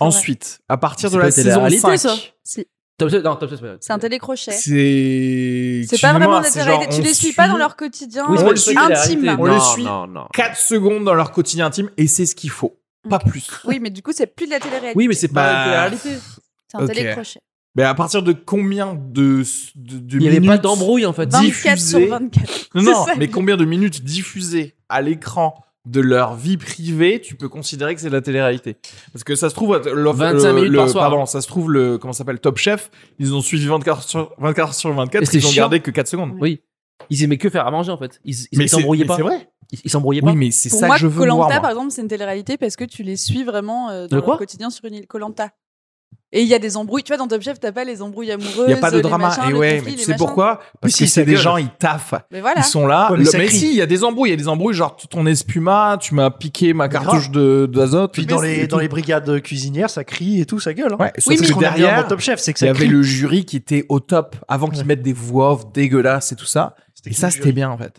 S3: Ensuite, à partir de
S2: C'est
S3: la
S2: pas
S3: saison
S2: télé-réalité,
S3: 5,
S2: ça.
S1: Si.
S2: Top Chef- non, Top Chef, c'est pas-
S1: C'est un télécrochet.
S3: c'est.
S1: C'est pas vraiment des
S3: des
S1: télé Tu les suis pas dans leur quotidien
S2: Oui, c'est
S3: on
S2: pas
S3: le
S2: une
S3: suit.
S2: télé-réalité.
S1: intime.
S3: On les
S2: Non,
S3: suit.
S2: Non, non.
S3: 4 secondes dans leur quotidien intime et c'est ce qu'il faut. Pas plus.
S1: Oui, mais du coup, c'est plus de la télé-réalité.
S2: Oui, mais c'est pas
S3: Bah,
S2: une télé-réalité.
S1: C'est un
S3: ok.
S1: télécrochet.
S3: Mais à partir de combien de. de, de
S2: Il n'y avait
S3: minutes-
S2: pas d'embrouille en fait.
S1: 24
S3: diffusé.
S1: sur 24.
S3: Non,
S1: C'est
S3: non,
S1: ça.
S3: mais combien de minutes diffusées à l'écran de leur vie privée, tu peux considérer que c'est de la télé-réalité. Parce que ça se trouve, le,
S2: 25
S3: le-
S2: minutes
S3: le-
S2: par soir.
S3: Pardon, ça se trouve, le, comment ça s'appelle, Top Chef, ils ont suivi 24 sur 24, sur 24
S2: Et
S3: ils
S2: c'était
S3: ont
S2: chiant.
S3: gardé que 4 secondes.
S2: Oui. Ils aimaient que faire à manger en fait. Ils ils- ils
S3: c'est-
S2: s'embrouillaient pas.
S3: C'est vrai.
S2: Ils ils s'embrouillaient pas.
S3: Oui, mais c'est
S1: Pour
S3: ça
S1: moi,
S3: que je veux voir.
S1: Colanta, par
S3: Moi.
S1: exemple, c'est une télé-réalité parce que tu les suis vraiment euh, dans
S2: De
S1: leur
S2: quoi
S1: quotidien sur une île. Colanta. Et il y a des embrouilles. Tu vois, dans Top Chef, t'as pas les embrouilles amoureuses.
S3: Il n'y a pas de
S1: les
S3: drama.
S1: machins,
S3: et
S1: les
S3: ouais,
S1: conflits,
S3: mais tu
S1: les
S3: sais
S1: machins.
S3: pourquoi
S4: Mais
S3: Parce
S4: si,
S3: que
S4: ça
S3: c'est des
S4: gueule.
S3: gens, ils taffent.
S1: Mais voilà.
S3: Ils sont là.
S4: Ouais, mais
S3: Le-
S4: ça
S3: mais
S4: crie.
S3: si, il y a des embrouilles. Il y a des embrouilles, genre ton espuma, tu m'as piqué ma
S4: Mais grave.
S3: cartouche de- d'azote.
S4: Puis dans
S3: Et
S4: les,
S3: tout.
S4: dans les brigades cuisinières, ça crie et tout, ça gueule. hein.
S3: Ouais, sauf
S1: Oui,
S3: que
S1: mais-
S4: C'est ce qu'on aime bien
S3: derrière,
S4: dans Top Chef, c'est que
S3: Il y
S4: ça
S3: avait
S4: crie.
S3: le jury qui était au top avant qu'ils
S4: Ouais.
S3: mettent des voix off dégueulasses et tout ça. Et ça, c'était bien en fait.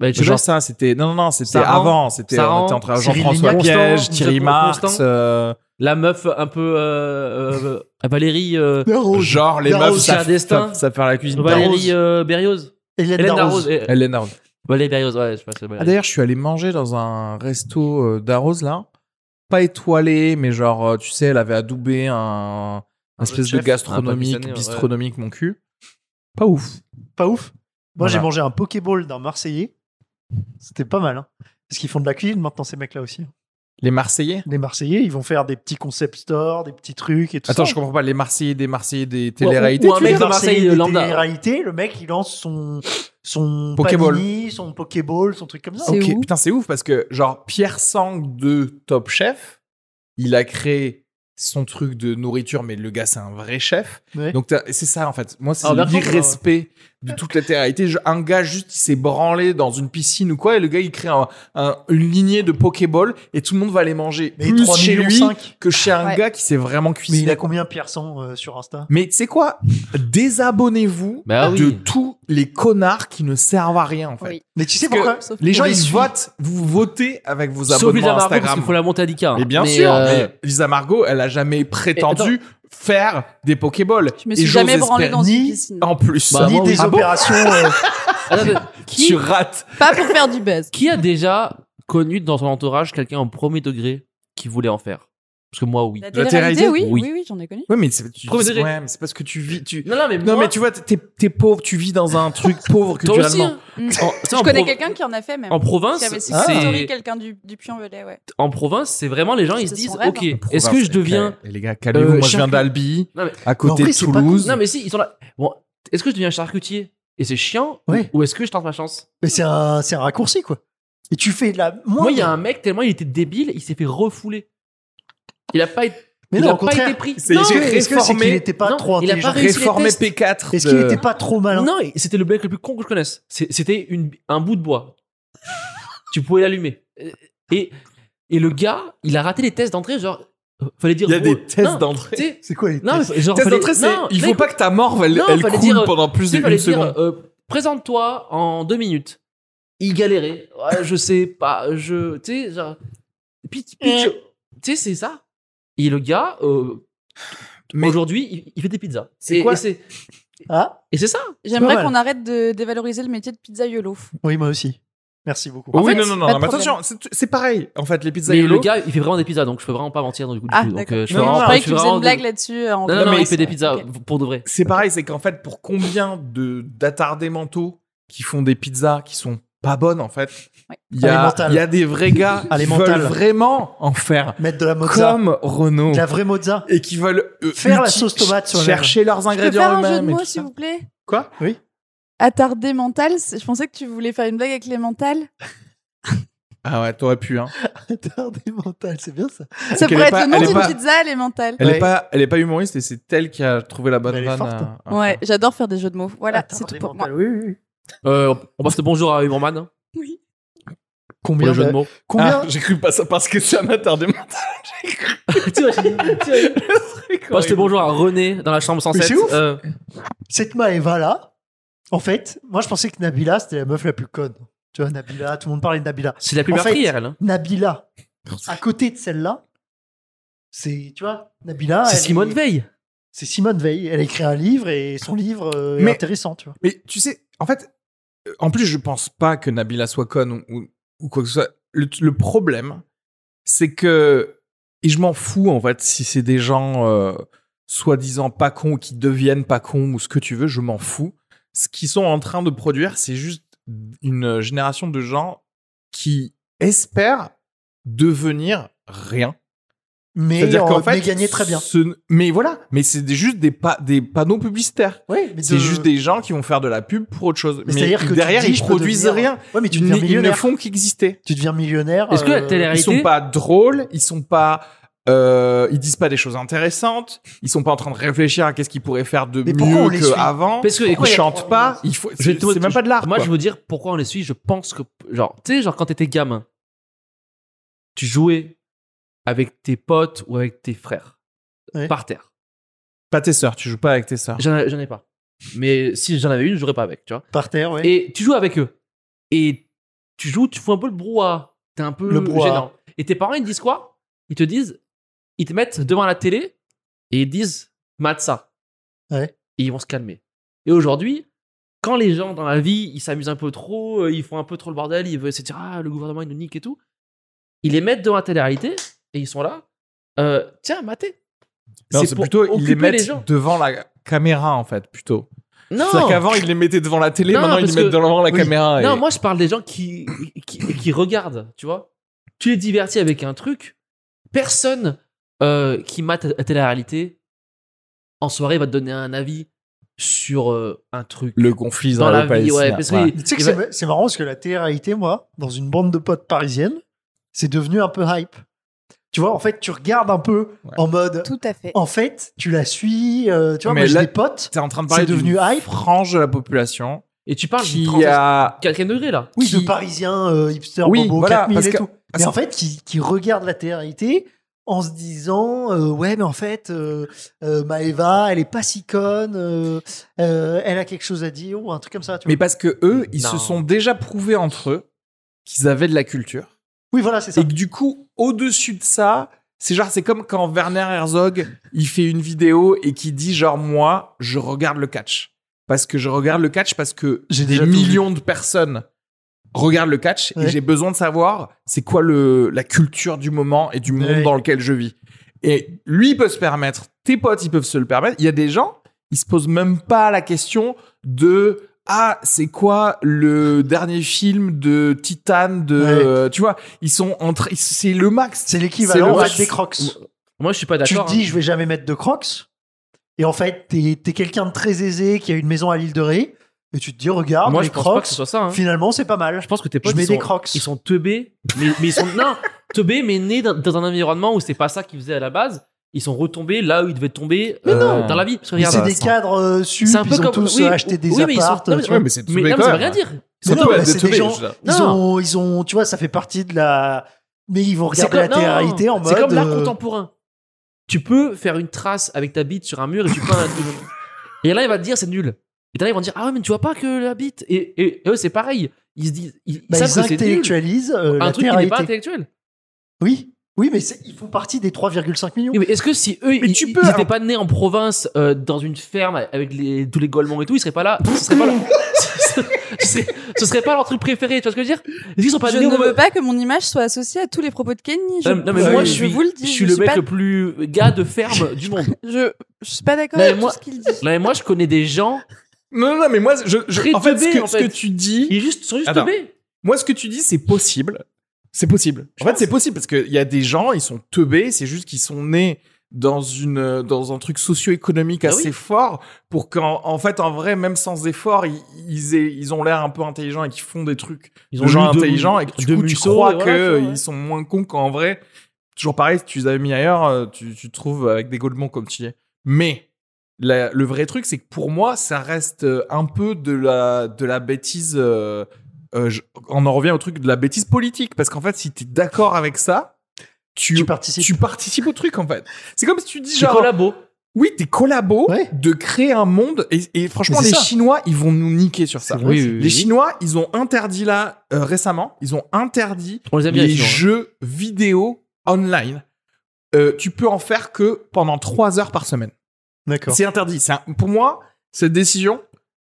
S2: Bah, tu
S3: Genre
S2: vois,
S3: ça, c'était non non non, c'était
S2: Saran,
S3: avant, c'était
S2: Saran,
S3: on était entre
S4: Cyril
S3: Jean-François
S2: Lignac,
S3: Piège,
S2: Constant,
S3: Thierry
S2: Constant.
S3: Marx, euh,
S2: la meuf un peu euh, euh, euh, Valérie euh,
S3: genre les
S4: Darroze,
S3: meufs ça,
S2: Pierre Destin.
S3: ça, ça fait la cuisine.
S2: Valérie euh, Berrioz.
S4: Hélène
S2: Hélène
S4: Darroze.
S2: Darroze. eh,
S3: Hélène Darroze.
S2: Valérie Berrioz, ouais, je sais pas. c'est
S3: euh, Ah,
S2: Valérie.
S3: D'ailleurs, je suis allé manger dans un resto euh, d'Arrose là, pas étoilé, mais genre euh, tu sais, elle avait adoubé un, un espèce de
S2: chef, un
S3: gastronomique,
S2: pakistanais, ouais.
S3: bistronomique mon cul. Pas ouf.
S4: Pas ouf. Moi,
S3: Voilà.
S4: j'ai mangé un Pokéball d'un Marseillais. C'était pas mal. hein. Parce qu'ils font de la cuisine maintenant, ces mecs-là aussi. hein.
S3: Les Marseillais
S4: Les Marseillais, ils vont faire des petits concept stores, des petits trucs et tout
S3: Attends,
S4: ça.
S3: je comprends pas. Les Marseillais, des Marseillais, des téléréalités.
S2: ou un
S3: tu
S2: mec
S3: veux
S2: de
S3: dire
S2: Marseille,
S4: Marseillais,
S2: lambda.
S4: En réalité, le mec, il lance son, son
S3: Pokéball.
S4: panini, son Pokéball, son truc comme ça.
S1: C'est
S3: Ok,
S1: où
S3: putain, c'est ouf parce que genre Pierre Sang de Top Chef, il a créé son truc de nourriture, mais le gars c'est un vrai chef.
S4: Ouais.
S3: Donc t'as- c'est ça en fait. Moi c'est
S2: Ah, d'accord,
S3: l'irrespect
S4: euh,
S3: de toute la télé-réalité. Je- Un gars juste il s'est branlé dans une piscine ou quoi et le gars il crée un- un- une lignée de Pokéball et tout le monde va les manger.
S4: Mais
S3: plus
S4: 3
S3: chez
S4: millions
S3: lui
S4: cinq.
S3: que chez un
S1: Ouais.
S3: gars qui s'est vraiment
S4: Mais il
S3: cuisiné.
S4: a combien Pierre 100 euh, sur Insta
S3: Mais tu sais quoi Désabonnez-vous
S2: Bah oui.
S3: de tous les connards qui ne servent à rien en fait.
S1: Oui.
S4: Mais tu sais
S3: Parce
S4: pourquoi
S1: Sauf
S3: Les gens,
S4: les
S3: ils
S4: suit.
S3: votent. Vous votez avec vos
S2: Sauf Lisa
S3: abonnements
S2: Margot, parce
S3: Instagram.
S2: qu'il faut la monter à Dika.
S3: Mais bien
S2: Mais,
S3: sûr,
S2: euh,
S3: mais Lisa Margot, elle a jamais prétendu faire des Pokéballs.
S1: Je me
S3: Et
S1: suis
S3: j'ose
S1: jamais branlée
S3: espérer-
S1: dans une
S4: ni-
S1: piscine.
S3: En plus,
S2: Bah,
S4: Ni
S2: moi,
S4: des
S3: Ah bon
S4: opérations. euh,
S2: attends, attends, qui,
S3: tu rates.
S1: Pas pour faire du buzz.
S2: qui a déjà connu dans ton entourage quelqu'un en premier degré qui voulait en faire Parce que moi, oui.
S1: La
S3: La
S1: télé-réalité,
S3: télé-réalité,
S1: oui,
S2: oui.
S1: oui, oui, j'en ai connu.
S3: Ouais, mais c'est tu-
S2: Premier degré.
S3: ouais, mais c'est parce que tu vis. Tu...
S2: Non, non, mais
S3: Non,
S2: moi,
S3: mais tu vois, t'es t'es pauvre, tu vis dans un truc pauvre
S2: toi aussi.
S3: culturellement.
S2: hein.
S1: Mm.
S2: En- tu sais, en
S1: Je connais
S2: prov-
S1: quelqu'un qui en a fait même.
S2: En province,
S1: qui avait
S2: c'est-
S1: sextory quelqu'un du, du Puy-en-Velay, ouais.
S2: en province, c'est vraiment les gens, ils se
S1: C'était
S2: disent,
S1: son rêve,
S2: ok,
S1: hein.
S2: est-ce que je deviens
S3: Eh, Les gars, calmez-vous.
S2: Euh,
S3: Moi, je viens
S2: charcuterie.
S3: d'Albi,
S2: Non, mais-
S3: à côté
S4: Mais en vrai,
S3: de
S4: c'est pas
S3: Toulouse.
S2: Non, mais si, ils sont là. Bon, est-ce que je deviens charcutier et c'est chiant ou-
S4: Ouais.
S2: Ou est-ce que je tente ma chance
S4: Mais c'est un, c'est un raccourci, quoi. Et tu fais de la
S2: Moi, il y
S4: moindre-
S2: a un mec, tellement il était débile, il s'est fait refouler. Il a pas, été-
S4: Mais
S2: il
S4: non,
S2: a
S4: au
S2: pas
S4: contraire.
S2: été pris.
S3: C'est-
S2: Non,
S4: Est-ce que
S3: Est-ce que
S4: est-ce que
S3: c'est
S4: c'est
S3: qu'il
S4: qu'il n'était pas
S2: non,
S4: trop
S2: il a pas
S4: intelligent
S2: réussi les
S3: Réformé
S2: tests.
S3: P4.
S4: Est-ce qu'il
S3: de-
S4: n'était pas trop malin
S2: Non, et c'était le mec le plus con que je connaisse. C'est- C'était une- un bout de bois. tu pouvais l'allumer. Et, et le gars, il a raté les tests d'entrée. Genre, euh, fallait dire.
S3: Il y a
S2: gros,
S3: des tests
S2: non,
S3: d'entrée.
S2: tu sais,
S4: C'est quoi les
S2: Non, mais
S4: tests
S2: fa- genre,
S3: Test
S2: fallait-
S3: d'entrée, c'est
S2: non,
S3: il
S2: non,
S3: faut pas que ta mort elle,
S2: non,
S3: elle
S2: fallait
S3: coule
S2: dire, euh,
S3: pendant
S2: Tu
S3: plus
S2: sais,
S3: d'une
S2: fallait dire,
S3: seconde.
S2: euh, présente-toi en deux minutes. Il galérait. Ouais, je sais pas. Je, tu sais, genre, pitch- pitch- tu sais, c'est ça. Et le gars, euh,
S3: Mais-
S2: aujourd'hui, il, il fait des pizzas.
S4: C'est
S2: Et-
S4: quoi
S2: et c'est-
S4: Ah,
S2: Et c'est ça.
S1: J'aimerais
S4: Pas mal.
S1: qu'on arrête de dévaloriser le métier de pizzaïolo.
S4: oui, moi aussi. Merci beaucoup.
S3: oui,
S1: fait,
S3: non, non, non,
S1: pas
S3: non,
S1: de
S3: mais
S1: problème.
S3: attention, c'est- c'est pareil. En fait, les pizzas
S2: Mais
S3: yolo-
S2: le gars, il fait vraiment des pizzas, donc je peux vraiment pas mentir. Donc, du coup,
S1: Ah,
S2: donc, euh,
S1: d'accord.
S2: je
S3: Non,
S2: fais
S3: non,
S2: vraiment-
S3: non,
S1: Je
S2: je
S1: croyais
S2: fais
S1: que tu faisais
S2: vraiment
S1: une
S2: des-
S1: blague là-dessus. euh, en
S2: Non, non,
S1: vrai.
S2: non,
S3: mais
S2: il fait des
S1: Ok.
S2: pizzas pour de vrai.
S3: C'est pareil, c'est qu'en fait, pour combien de d'attardés mentaux qui font des pizzas qui sont pas bonnes, en fait,
S1: Ouais.
S3: il y, a-
S4: Alimental.
S3: il y a des vrais gars qui
S4: Allez,
S3: veulent
S4: mental.
S3: vraiment en faire
S4: Mettre de la mozza.
S3: comme Renault
S4: De la vraie mozza.
S3: et qui veulent euh,
S4: Faire la
S3: uti-
S4: sauce tomate sur la-
S3: chercher leurs
S1: Je peux faire
S3: ingrédients
S1: un jeu de
S3: eux-mêmes. et
S1: mots,
S3: tout ça.
S1: s'il vous plaît
S3: Quoi
S4: Oui.
S1: Attardé mental, c'est- je pensais que tu voulais faire une blague avec les mentales.
S3: Ah ouais, t'aurais pu, hein.
S4: Attardé mental, c'est bien ça.
S1: Ça
S3: qu'elle est
S1: pourrait être
S3: pas-
S1: le nom
S3: elle est
S1: d'une
S3: pas-
S1: pizza, les mentales.
S3: Elle, est
S4: Ouais.
S3: pas, elle est pas humoriste et c'est elle qui a trouvé la bonne
S4: Elle est
S3: vanne. hein. Ah,
S4: forte.
S3: à- à
S1: Ouais,
S3: faire.
S1: j'adore faire des jeux de mots. Voilà, c'est
S4: Attardé
S1: tout pour moi.
S4: mental, Oui, oui, oui.
S2: Euh, on passe le bonjour à Humorman hein,
S1: Oui.
S2: pour
S4: Combien
S2: le jeu de
S4: de-
S2: mots.
S4: Combien
S3: Ah, j'ai cru pas ça parce que ça m'a tardé.
S2: Passe le bonjour à René dans la chambre 107.
S4: Mais c'est ouf.
S2: Euh,
S4: Cette Maeva là, en fait, moi je pensais que Nabila c'était la meuf la plus conne. Tu vois, Nabila, tout le monde parlait de Nabila.
S2: c'est la plus
S4: En fait-
S2: meurtrière, elle. hein.
S4: Nabila,
S1: Ah,
S4: à côté de celle-là, c'est, tu vois, Nabila.
S2: C'est
S4: elle
S2: Simone
S4: est-
S2: Veil.
S4: C'est Simone Veil. Elle a écrit un livre et son livre euh, est
S3: Mais-
S4: intéressant, tu vois.
S3: Mais tu sais, en fait, euh, en plus, je pense pas que Nabila soit conne ou, ou- ou quoi que ce soit. Le, le problème, c'est que. Et je m'en fous, en fait, si c'est des gens euh, soi-disant pas cons ou qui deviennent pas cons ou ce que tu veux, je m'en fous. Ce qu'ils sont en train de produire, c'est juste une génération de gens qui espèrent devenir rien.
S4: Mais
S3: C'est-à-dire
S4: en
S3: qu'en
S4: fait,
S3: fait,
S4: gagné très bien.
S3: ce- mais voilà, mais c'est des- juste des, pa- des panneaux publicitaires.
S4: Ouais, mais
S3: C'est
S4: de-
S3: juste des gens qui vont faire de la pub pour autre chose. Mais,
S4: Mais c'est-à-dire que tu
S3: derrière,
S4: dis,
S3: ils
S4: je peux
S3: produisent
S4: devenir-
S3: rien.
S4: Ouais, mais tu
S3: Ils,
S4: deviens
S3: ne- ils ne
S4: millionnaire.
S3: font qu'exister.
S4: Tu deviens millionnaire.
S2: Est-ce que la
S4: euh,
S3: Ils
S2: télé-réalité.
S3: sont pas drôles, ils sont pas. Euh, ils disent pas des choses intéressantes, ils sont pas en train de réfléchir à qu'est-ce qu'ils pourraient faire de
S4: Mais pourquoi on
S3: mieux
S4: les suit
S3: qu'avant.
S2: Parce que,
S3: Ils
S2: écoute,
S3: chantent pas, il faut.
S2: Je
S3: C'est
S2: vais te-
S3: c'est même pas de l'art. Ah,
S2: Moi,
S3: quoi.
S2: je veux dire pourquoi on les suit. Je pense que, genre, tu sais, genre quand t'étais gamin, tu jouais avec tes potes ou avec tes frères
S4: Ouais.
S2: par terre.
S3: Pas tes sœurs, tu joues pas avec tes sœurs.
S2: J'en ai, j'en ai pas. Mais si j'en avais une, je jouerais pas avec, tu vois.
S4: par terre, ouais.
S2: Et tu joues avec eux. Et tu joues, tu fais un peu le brouhaha. T'es un peu
S4: Le brouhaha.
S2: gênant. Et tes parents, ils te disent quoi Ils te disent, ils te mettent devant la télé et ils disent, mate ça.
S4: Ouais.
S2: Et ils vont se calmer. Et aujourd'hui, quand les gens dans la vie, ils s'amusent un peu trop, euh, ils font un peu trop le bordel, ils veulent se dire, ah, le gouvernement, il nous nique et tout, ils les mettent devant la télé-réalité et ils sont là, euh, tiens, maté.
S3: Non, C'est plutôt ils les
S2: occuper
S3: mettent
S2: gens.
S3: devant la caméra en fait plutôt.
S2: Non,
S3: C'est-à-dire qu'avant ils les mettaient devant la télé,
S2: Non,
S3: maintenant ils les
S2: parce
S3: mettent
S2: que-
S3: devant la
S4: Oui.
S3: caméra.
S2: Non,
S3: Ah, et-
S2: moi je parle des gens qui, qui, qui regardent, tu vois. Tu les divertis avec un truc, personne euh, qui mate à télé-réalité en soirée va te donner un avis sur euh, un truc.
S3: Le conflit
S2: dans la vie,
S3: israélo-palestinien.
S2: ouais. Parce que
S3: Ouais.
S2: il-
S4: Tu sais que
S2: il
S4: c'est
S3: bah
S2: va-
S4: ma- c'est marrant parce que la télé-réalité, moi, dans une bande de potes parisiennes, c'est devenu un peu hype. Tu vois, en fait, tu regardes un peu
S3: Ouais.
S4: en mode.
S1: Tout à fait.
S4: En fait, tu la suis, euh, tu vois,
S3: Mais
S4: moi, j'ai
S3: là-
S4: des potes.
S3: T'es en train de
S4: C'est
S3: parler d'une
S4: devenu hype.
S3: frange de la population
S2: Et tu parles du
S3: qui a
S2: 35 degré là.
S4: Oui,
S3: qui-
S4: de parisiens euh, hipsters,
S3: Oui,
S4: bobos,
S3: voilà,
S4: 4000
S3: parce
S4: et
S3: que-
S4: tout.
S3: parce
S4: Mais
S3: que-
S4: en fait, qui, qui regardent la télé-réalité en se disant euh, ouais mais en fait euh, euh, Maëva elle est pas si conne euh, euh, elle a quelque chose à dire ou un truc comme ça tu vois.
S3: Mais parce que eux, ils
S2: Non.
S3: se sont déjà prouvés entre eux qu'ils avaient de la culture.
S4: oui voilà c'est ça
S3: Et que du coup, au-dessus de ça, c'est genre, c'est comme quand Werner Herzog, il fait une vidéo et qui dit genre, moi, je regarde le catch. Parce que je regarde le catch parce que
S4: J'ai
S3: des
S4: déjà tout
S3: millions de personnes regarde le catch et
S4: Ouais.
S3: j'ai besoin de savoir c'est quoi le, la culture du moment et du monde
S4: Ouais.
S3: dans lequel je vis. Et lui, il peut se permettre, tes potes, ils peuvent se le permettre. Il y a des gens, ils se posent même pas la question de ah, c'est quoi le dernier film de Titan de
S4: Ouais.
S3: euh, tu vois, ils sont entre c'est le max.
S4: C'est l'équivalent
S3: le
S4: à
S3: match.
S4: des crocs.
S2: Moi, je suis pas
S4: Tu
S2: d'accord. hein.
S4: te dis, je vais jamais mettre de crocs. Et en fait, t'es es, quelqu'un de très aisé qui a une maison à l'île de Ré. Et tu te dis,
S2: hein.
S4: regarde,
S2: Moi,
S4: les
S2: je pense pas
S4: crocs,
S2: que ce soit ça. hein.
S4: finalement, c'est pas mal.
S2: Je pense que tes potes,
S4: Je mets
S2: ils
S4: des
S2: sont-
S4: crocs.
S2: Ils sont teubés, mais, mais ils sont non, teubés, mais nés dans, dans un environnement où c'est pas ça qu'ils faisaient à la base. Ils sont retombés là où ils devaient tomber
S3: Mais
S2: euh,
S3: non.
S2: dans la vie. Parce que
S4: Mais
S2: regarde,
S4: c'est des
S3: ça.
S4: cadres euh, sup,
S2: C'est un peu
S4: ils ont
S2: comme-
S4: tous
S2: oui,
S4: euh, acheté des
S2: oui, mais ils sont-
S4: apparts.
S2: non, mais-
S4: tu
S3: Ouais,
S4: vois.
S3: mais c'est
S2: mais
S3: teubé
S2: non, mais
S3: quand
S2: ça veut
S3: même.
S2: rien dire.
S3: Ils
S4: Mais
S3: sont
S4: non,
S3: teubés,
S4: mais
S3: de
S4: c'est des
S3: teubés,
S4: gens-
S3: je veux dire.
S4: Ils
S2: Non.
S4: ont, ils ont, tu vois, ça fait partie de la. Mais ils vont
S2: C'est
S4: regarder
S2: comme,
S4: la
S2: non,
S4: télé-réalité en mode.
S2: c'est comme l'art
S4: euh,
S2: contemporain. Tu peux faire une trace avec ta bite sur un mur et tu peins. un- et là, il va te dire c'est nul. Et là, ils vont te dire ah ouais, mais tu vois pas que la bite. Et, et- et eux, c'est pareil. Ils se disent, ils, ils
S4: bah,
S2: savent
S4: ils
S2: que c'est nul.
S4: intellectualisent euh,
S2: Un
S4: la
S2: truc qui n'est pas
S4: télé-réalité.
S2: intellectuel.
S4: Oui, oui, mais c'est- ils font partie des 3,5 millions.
S2: Oui, mais est-ce que si eux, ils,
S3: tu
S2: ils
S3: peux,
S2: étaient
S3: alors-
S2: pas nés en province, euh, dans une ferme avec les- tous les golements et tout, ils seraient pas là. Ce serait pas, leur- C'est- ce serait pas leur truc préféré. Tu vois ce que je veux dire Est-ce qu'ils sont pas
S1: je
S2: nés
S1: ne
S2: au-
S1: veux pas que mon image soit associée à tous les propos de Kenny. Je,
S2: euh, Non, non, mais
S4: Oui,
S2: moi,
S4: oui,
S2: je suis,
S1: vous le dis.
S2: je suis le mec
S1: pas,
S2: le plus gars de ferme du monde.
S1: je, je suis pas d'accord
S2: Non, mais
S1: avec
S2: moi-
S1: tout ce qu'il dit.
S2: Non, mais moi, je connais des gens
S3: Non, non, non, mais moi, je, je-
S2: Très
S3: en, fait,
S2: teubé,
S3: ce que,
S2: en
S3: ce
S2: fait.
S3: que tu dis,
S2: Ils juste, sont juste
S3: Attends.
S2: teubés.
S3: moi, ce que tu dis, c'est possible. C'est possible. En fait, c'est possible parce qu'il y a des gens, ils sont teubés, c'est juste qu'ils sont nés dans une dans un truc socio-économique
S2: Ah
S3: assez
S2: oui.
S3: fort pour qu'en en fait en vrai même sans effort ils ils, aient- ils ont l'air un peu intelligents et qu'ils font des trucs
S2: Ils
S3: de gens
S2: lu deux-
S3: intelligents et que du
S2: deux
S3: coup tu
S2: Musso,
S3: crois
S2: et voilà,
S3: que
S2: tu vois, ouais.
S3: ils sont moins cons qu'en vrai toujours pareil si tu les avais mis ailleurs euh, tu, tu te trouves avec des golemons comme tu es mais la- le vrai truc c'est que pour moi ça reste euh, un peu de la de la bêtise euh, euh, je- on en revient au truc de la bêtise politique parce qu'en fait si tu es d'accord avec ça tu,
S4: Tu
S3: tu,
S4: participes.
S3: participes au truc en fait c'est comme si tu dis
S2: Tu
S3: genre
S2: collabos.
S3: oui t'es collabo
S4: Ouais.
S3: de créer un monde et, et franchement
S4: Mais
S3: les
S4: c'est ça.
S3: chinois ils vont nous niquer sur ça
S4: C'est vrai,
S2: Oui,
S4: c'est-
S2: oui, oui.
S3: les Chinois, ils ont interdit là euh, récemment, ils ont interdit
S2: On les aime bien,
S3: les
S2: les Chinois, hein.
S3: jeux vidéo online. Euh, tu peux en faire que pendant 3 heures par semaine.
S4: D'accord.
S3: C'est interdit. C'est un- pour moi, cette décision,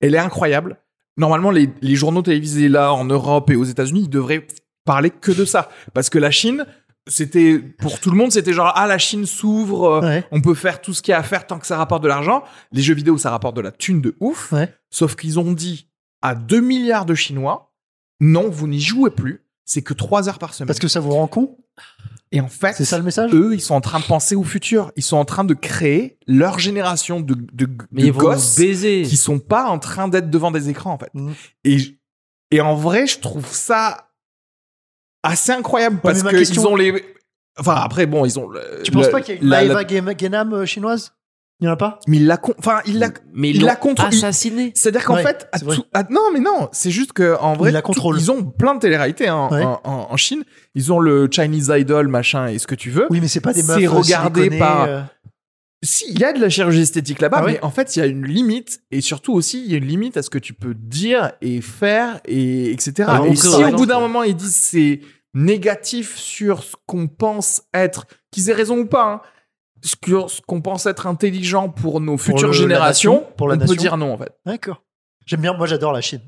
S3: elle est incroyable. Normalement, les, les journaux télévisés là en Europe et aux États-Unis, ils devraient parler que de ça, parce que la Chine, c'était pour tout le monde, c'était genre ah la Chine s'ouvre, euh,
S4: Ouais.
S3: on peut faire tout ce qu'il y a à faire tant que ça rapporte de l'argent. Les jeux vidéo, ça rapporte de la thune de ouf.
S4: Ouais.
S3: Sauf qu'ils ont dit à 2 milliards de Chinois, non, vous n'y jouez plus. C'est que 3 heures par semaine.
S4: Parce que ça vous rend con
S3: Et en fait,
S4: C'est ça le message
S3: eux, ils sont en train de penser au futur. Ils sont en train de créer leur génération de, de,
S2: Mais
S3: de
S2: ils vont
S3: gosses
S2: nous baiser.
S3: qui sont pas en train d'être devant des écrans, en fait.
S4: Mhm.
S3: Et, je- et en vrai, je trouve ça assez incroyable parce
S4: mais ma
S3: que
S4: question-
S3: ils ont les. Enfin, après, bon, ils ont. le-
S4: Tu penses
S3: le-
S4: pas qu'il y a une
S3: la- la-
S4: Maeva Gen- Genam euh, chinoise Il n'y en a pas
S3: Mais il l'a. con- Enfin, il l'a.
S4: Mm.
S2: mais
S3: il
S2: l'ont
S3: l'a contre- il-
S2: assassiné.
S3: C'est-à-dire qu'en
S4: Ouais,
S3: fait, à
S4: c'est vrai.
S3: tout- à- non, mais non, c'est juste que en vrai,
S4: Ils la
S3: tout-
S4: contrôlent.
S3: ils ont plein de télé-réalités hein,
S4: Ouais.
S3: en, en- en Chine. Ils ont le Chinese Idol, machin, et ce que tu veux.
S4: Oui, mais c'est pas des
S3: C'est
S4: meufs. euh,
S3: regardé
S4: siliconées,
S3: par-
S4: euh,
S3: Si, il y a de la chirurgie esthétique là-bas,
S4: Ah
S3: mais
S4: ouais
S3: en fait, il y a une limite, et surtout aussi, il y a une limite à ce que tu peux dire et faire, et etc.
S2: Ah,
S3: et
S2: montrer aux
S3: si au
S2: gens,
S3: bout d'un
S2: quoi.
S3: moment, ils disent c'est négatif sur ce qu'on pense être, qu'ils aient raison ou pas, hein, sur ce qu'on pense être intelligent pour nos futures
S4: le- la
S3: générations,
S4: nation, pour la
S3: on peut
S4: nation.
S3: dire non, en fait.
S4: D'accord. J'aime bien, moi j'adore la Chine.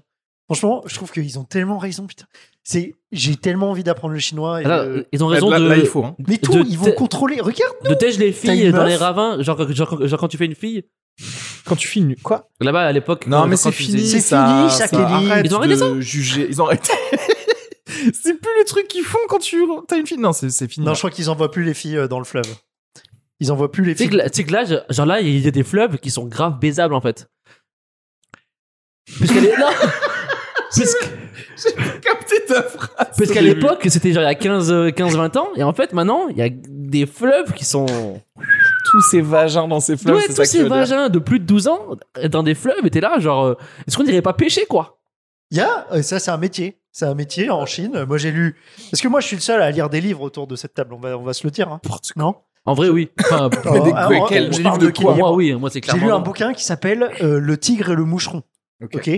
S4: Franchement, je trouve qu'ils ont tellement raison, putain. C'est, j'ai tellement envie d'apprendre le chinois. et
S2: Ah, là,
S4: le-
S3: euh,
S2: ils ont raison
S3: là,
S2: de.
S3: là, il faut. hein.
S4: Mais tout,
S2: de
S4: ils vont
S2: te-
S4: contrôler. Regarde,
S2: de tèche les
S4: T'as une
S2: filles dans
S4: meuf
S2: les ravins. Genre, genre, genre quand tu fais une fille.
S3: Quand tu finis quoi
S2: Là-bas, à l'époque.
S3: Non,
S2: quand-
S3: mais
S2: quand
S3: c'est
S2: tu
S3: fini,
S2: faisais-
S4: C'est
S3: ça,
S4: fini,
S3: ça,
S4: Shaquille.
S3: arrête
S2: Ils ont arrêté
S3: de
S2: ça
S3: juger. Ils ont arrêté. c'est plus les trucs qu'ils font quand tu t'as une fille. Non, c'est c'est fini.
S4: Non, je crois qu'ils envoient plus les filles euh, dans le fleuve. Ils envoient plus les
S2: Tu sais
S4: filles.
S2: que là- tu sais que là, je- genre là, il y a des fleuves qui sont grave baisables en fait. Parce qu'à l'é- non. Parce que-
S3: capté ta phrase.
S2: parce qu'à l'époque, c'était genre il y a 15, euh, 15, 20 ans, et en fait, maintenant, il y a des fleuves qui sont.
S3: tous ces vagins dans ces fleurs.
S2: ouais, tous ces vagins de plus de 12 ans dans des fleuves, et t'es là, genre, euh, est-ce qu'on dirait pas pêcher quoi
S4: Il y a, euh, ça c'est un métier. C'est un métier en Chine. Euh, Moi j'ai lu. Parce que moi je suis le seul à lire des livres autour de cette table. On va, on va se le dire. hein. Non
S2: En vrai, oui. Enfin, pour
S3: Mais des-
S4: Alors,
S3: que-
S4: on-
S3: quel-
S4: on
S3: j'ai lu
S4: parle
S3: de
S4: qui,
S3: quoi
S4: Guillaume
S2: moi, oui, moi c'est clair.
S4: J'ai lu un bouquin qui s'appelle euh, Le tigre et le moucheron.
S3: Ok.
S4: Ok.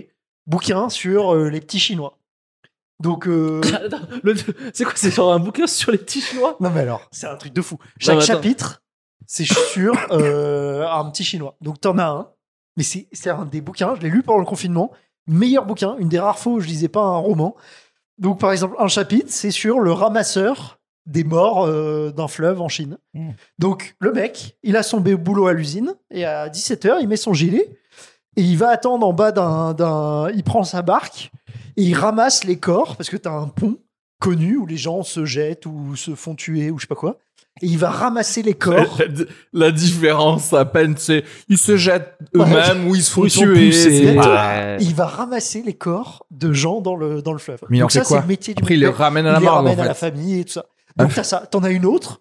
S4: Bouquin sur euh, les petits chinois. Donc. euh,
S2: C'est quoi C'est genre un bouquin sur les petits chinois
S4: Non mais alors, c'est un truc de fou. Chaque
S2: mais attends.
S4: chapitre, c'est sur euh, un petit chinois. Donc t'en as un, mais c'est c'est un des bouquins, je l'ai lu pendant le confinement. Meilleur bouquin, une des rares fois où je lisais pas un roman. Donc, par exemple, un chapitre, c'est sur le ramasseur des morts euh, d'un fleuve en Chine.
S5: Mm.
S4: Donc, le mec, il a son bé- boulot à l'usine et à 17h, il met son gilet et il va attendre en bas d'un. d'un- Il prend sa barque et il ramasse les corps parce que t'as un pont connu où les gens se jettent ou se font tuer ou je sais pas quoi. Et il va ramasser les corps.
S3: La, la différence à peine, c'est ils se jettent eux-mêmes ou ils se font
S5: Ils sont
S3: tuer.
S5: poussés.
S3: c'est-
S4: Ouais.
S2: Ouais.
S4: et il va ramasser les corps de gens dans le, dans le fleuve.
S3: Mais il en
S4: Donc,
S3: fait
S4: ça, c'est
S3: quoi
S4: le métier du
S3: Après, ils les
S4: mec.
S3: ramènent à
S4: Il
S3: la
S4: les
S3: marde.
S4: ramène
S3: en
S4: à la
S3: fait. Ah.
S4: famille et tout ça. Donc t'as ça, t'en as une autre.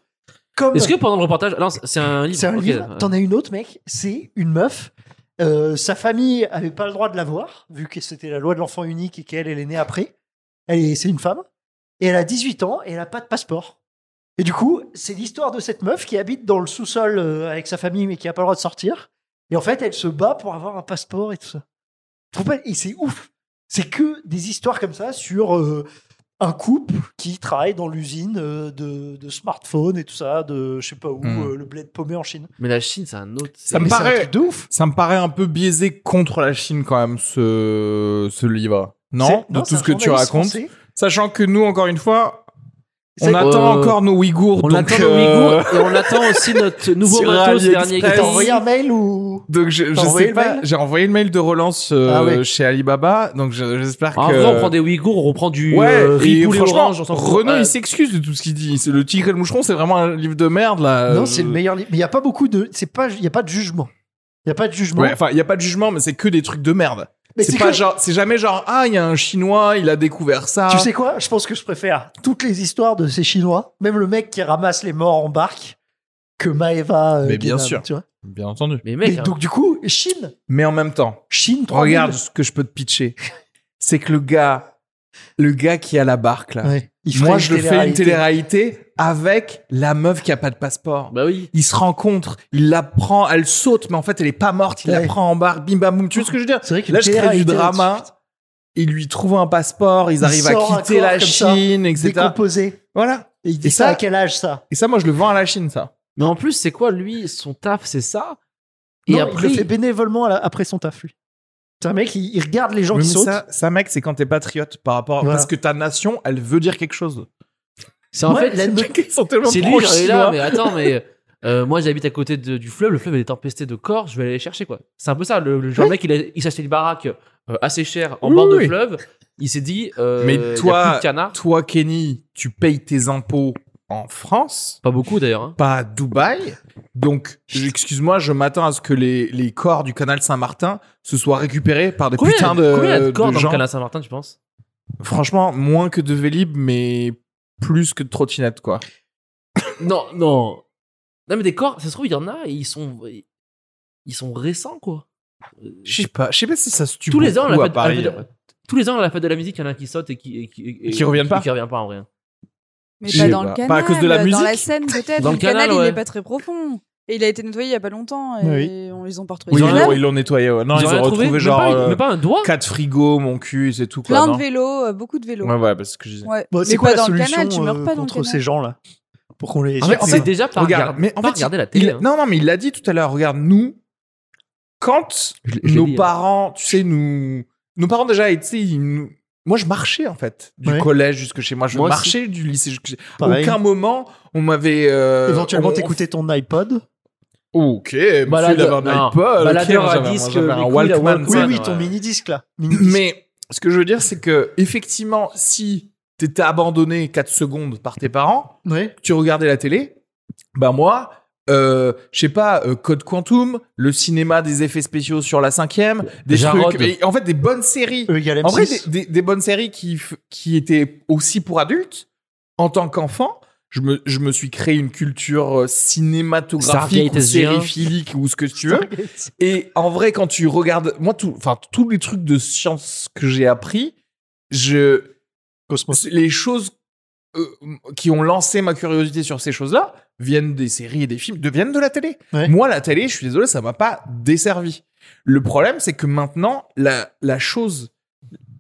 S4: Comme
S2: Est-ce que pendant le reportage. Non, c'est un livre.
S4: c'est un
S2: ok. Euh,
S4: livre, t'en as une autre, mec. C'est une meuf. Euh, sa famille avait pas le droit de la voir vu que c'était la loi de l'enfant unique et qu'elle elle est née après. Elle est, c'est une femme et elle a 18 ans et elle a pas de passeport. Et du coup, c'est l'histoire de cette meuf qui habite dans le sous-sol euh, avec sa famille mais qui a pas le droit de sortir. Et en fait, elle se bat pour avoir un passeport et tout ça. Je trouve pas- Et c'est ouf. C'est que des histoires comme ça sur euh, un couple qui travaille dans l'usine euh, de, de smartphones et tout ça, de je sais pas où,
S3: Hmm.
S4: euh, le blé de paumé en Chine.
S2: Mais la Chine, c'est un autre.
S3: Ça me
S4: Mais c'est un
S3: paraît
S4: truc de ouf.
S3: Ça me paraît un peu biaisé contre la Chine quand même, ce, ce livre. Non,
S4: C'est-
S3: de tout
S4: c'est
S3: ce
S4: un
S3: que tu
S4: journaliste
S3: racontes.
S4: français.
S3: Sachant que nous, encore une fois,
S4: C'est-
S3: on attend
S2: Euh,
S3: encore nos Ouïghours.
S2: On
S3: donc,
S2: attend nos
S3: euh,
S2: Ouïghours et on attend aussi notre nouveau
S3: sur
S2: matos dernier
S3: AliExpress.
S2: qui est
S4: T'as
S2: en-
S4: envoyé un mail ou
S3: Donc je, je
S4: T'as envoyé
S3: sais
S4: le
S3: pas,
S4: mail
S3: j'ai envoyé le mail de relance euh,
S4: Ah ouais.
S3: chez Alibaba, donc je- j'espère
S2: En
S3: que...
S2: vrai, on Ah, prend des Ouïghours, on reprend du
S3: Ouais,
S2: euh, riz,
S3: et
S2: poulet,
S3: franchement,
S2: orange, on s'en fout.
S3: Renaud,
S2: Euh,
S3: il s'excuse de tout ce qu'il dit. C'est le tigre et le moucheron, c'est vraiment un livre de merde, là.
S4: Non,
S3: Euh,
S4: c'est le meilleur livre. Mais il y a pas beaucoup de. C'est pas. Il y a pas de jugement. Il y a pas de jugement.
S3: Ouais, enfin, il n'y a pas de jugement, mais c'est que des trucs de merde.
S4: Mais
S3: C'est
S4: c'est
S3: pas
S4: que-
S3: genre, c'est jamais genre, ah, il y a un chinois, il a découvert
S1: Ah.
S3: ça.
S4: Tu sais quoi Je pense que je préfère toutes les histoires de ces Chinois, même le mec qui ramasse les morts en barque, que Maeva. euh,
S3: Mais bien
S4: Guénam,
S3: sûr.
S4: tu vois.
S3: Bien entendu.
S2: Mais mec,
S4: Mais
S2: hein,
S4: donc du coup, Chine,
S3: Mais en même temps,
S4: Chine. 3000.
S3: Regarde ce que je peux te pitcher. C'est que le gars, le gars qui a la barque là,
S4: Ouais, il ferait
S3: moi je le fais une
S4: télé-réalité.
S3: télé-réalité avec la meuf qui a pas de passeport.
S2: bah oui.
S3: Ils se rencontrent, il la prend, elle saute, mais en fait elle est pas morte, il la
S4: Ouais.
S3: prend en barque, bim bam boum. Tu vois ce que je veux dire
S4: C'est vrai que
S3: Là je crée du
S4: drama
S3: drama. Ils lui trouvent un passeport, ils
S4: Il
S3: arrivent
S4: sort un
S3: à quitter
S4: corps
S3: la
S4: comme ça,
S3: Chine, etc.
S4: décomposé.
S3: Voilà.
S4: Et il dit
S3: Et
S4: ça,
S3: ça-
S4: à quel âge ça
S3: Et ça, moi je le vends à la Chine, ça.
S2: Mais en plus, c'est quoi lui Son taf, c'est ça Et
S4: Non,
S2: après,
S4: il le fait bénévolement à la- après son taf lui. C'est un mec, il, il regarde les gens
S3: Mais
S4: qui sautent.
S3: ça, ça, mec, c'est quand t'es patriote par rapport.
S4: Voilà.
S3: Parce que ta nation, elle veut dire quelque chose.
S2: c'est en
S4: Ouais,
S2: fait,
S4: la-
S3: Ils sont tellement
S2: c'est lui,
S3: pro-chinois.
S2: genre, il est là, mais attends, mais euh, moi j'habite à côté de- du fleuve, le fleuve il est tempesté de corps, je vais aller les chercher quoi. C'est un peu ça, le, le genre
S4: Ouais.
S2: mec il, a- il s'est acheté une baraque euh, assez chère en
S3: Oui,
S2: bord de
S3: oui.
S2: fleuve, il s'est dit, euh,
S3: Mais
S2: y a
S3: toi-
S2: plus de canards.
S3: toi, Kenny, tu payes tes impôts en France,
S2: Pas beaucoup d'ailleurs. hein.
S3: pas à Dubaï. Donc, je- excuse-moi, je m'attends à ce que les, les corps du canal Saint-Martin se soient récupérés par des
S2: Combien,
S3: putains
S2: il y a-
S3: de,
S2: combien il y a de
S3: de
S2: corps dans
S3: gens.
S2: le canal Saint-Martin, tu penses
S3: Franchement, moins que de Vélib, mais plus que de trottinettes, quoi.
S2: Non, non. Non, mais des corps, ça se trouve, il y en a et ils sont, ils sont récents, quoi. Euh,
S3: Je sais pas, je sais pas si ça se tue
S2: Tous les, ans, à la
S3: beaucoup à
S2: fête- à la
S3: Paris.
S2: fête- tous les ans, à la fête de la musique, il y en a un qui saute et qui. Et, qui- et-
S3: Qui reviennent pas
S2: Qui revient pas en vrai.
S1: Mais
S3: Je
S1: pas
S3: sais
S1: dans le
S3: pas.
S1: canal.
S3: Pas à cause de la
S1: Dans la
S3: musique
S1: Seine, peut-être.
S2: Dans
S1: Le,
S2: le
S1: canal,
S2: canal,
S1: il
S2: ouais.
S1: n'est pas très profond. Et il a été nettoyé il y a pas longtemps. Et on les ont pas retrouvés.
S3: Oui,
S1: sur
S3: ils
S1: la-
S3: l'ont- ils l'ont nettoyé. ouais. Non, ils,
S2: en
S3: ont
S2: avaient
S3: retrouvé
S2: même
S3: genre
S2: pas,
S3: euh,
S2: même pas un doigt.
S3: quatre frigos, mon cul, c'est tout, quoi.
S1: Plein
S3: non
S1: de vélos, euh, beaucoup de vélos.
S3: Ouais, ouais, parce que je disais.
S1: Ouais.
S4: Bon,
S1: mais
S4: c'est quoi
S1: pas
S4: la
S1: dans le
S4: solution
S1: canal, tu meurs
S4: euh,
S1: pas dans le
S4: contre
S1: canal.
S4: ces gens-là pour qu'on les
S3: En fait,
S2: C'est
S3: c'est-
S2: déjà pas
S3: regarde,
S2: regarder,
S3: mais en
S2: pas
S3: fait,
S2: regarder la
S3: Il-
S2: télé. hein.
S3: Non, non, mais il l'a dit tout à l'heure. Regarde, nous, quand
S2: Je l'ai- je l'ai
S3: nos
S2: dit, hein.
S3: parents, tu sais, nous, nos parents déjà, tu sais, ils nous- moi je marchais en fait, du
S4: Ouais.
S3: collège jusque chez moi, je
S2: Moi aussi.
S3: marchais du lycée. jusque chez-
S4: Pareil.
S3: Aucun moment on m'avait euh,
S4: Éventuellement,
S3: on-
S4: t'écoutais ton iPod.
S3: on- Ok, monsieur,
S2: Balade-
S3: il avait un
S2: non,
S3: iPod, ok,
S2: baladeur
S3: moi,
S2: à
S3: j'avais un-
S2: disque,
S3: j'avais
S2: les
S3: un
S2: couilles, la
S3: Walkman.
S2: Walkman.
S3: ça.
S4: Oui,
S2: Ouais,
S4: oui,
S2: non,
S4: ton
S2: ouais.
S4: mini disque là.
S3: Mais ce que je veux dire, c'est que effectivement, si t'étais abandonné 4 secondes par tes parents,
S4: Oui.
S3: tu regardais la télé, bah moi, euh, je sais pas, euh, Code Quantum, le cinéma des effets spéciaux sur la cinquième, des
S2: Jarod.
S3: trucs, mais en fait des bonnes séries.
S4: E égale
S3: En vrai,
S4: M6.
S3: des, des- des bonnes séries qui, f- qui étaient aussi pour adultes. En tant qu'enfant, je me, je me suis créé une culture euh, cinématographique
S2: Stargate
S3: ou
S2: SG1.
S3: sériphilique ou ce que tu veux. Et en vrai, quand tu regardes, moi, tout, enfin, tous les trucs de science que j'ai appris, je,
S4: Cosmos.
S3: c'est- les choses euh, qui ont lancé ma curiosité sur ces choses-là viennent des séries et des films, deviennent de la télé.
S4: Ouais.
S3: Moi, la télé, je suis désolé, ça m'a pas desservi. Le problème, c'est que maintenant, la, la chose,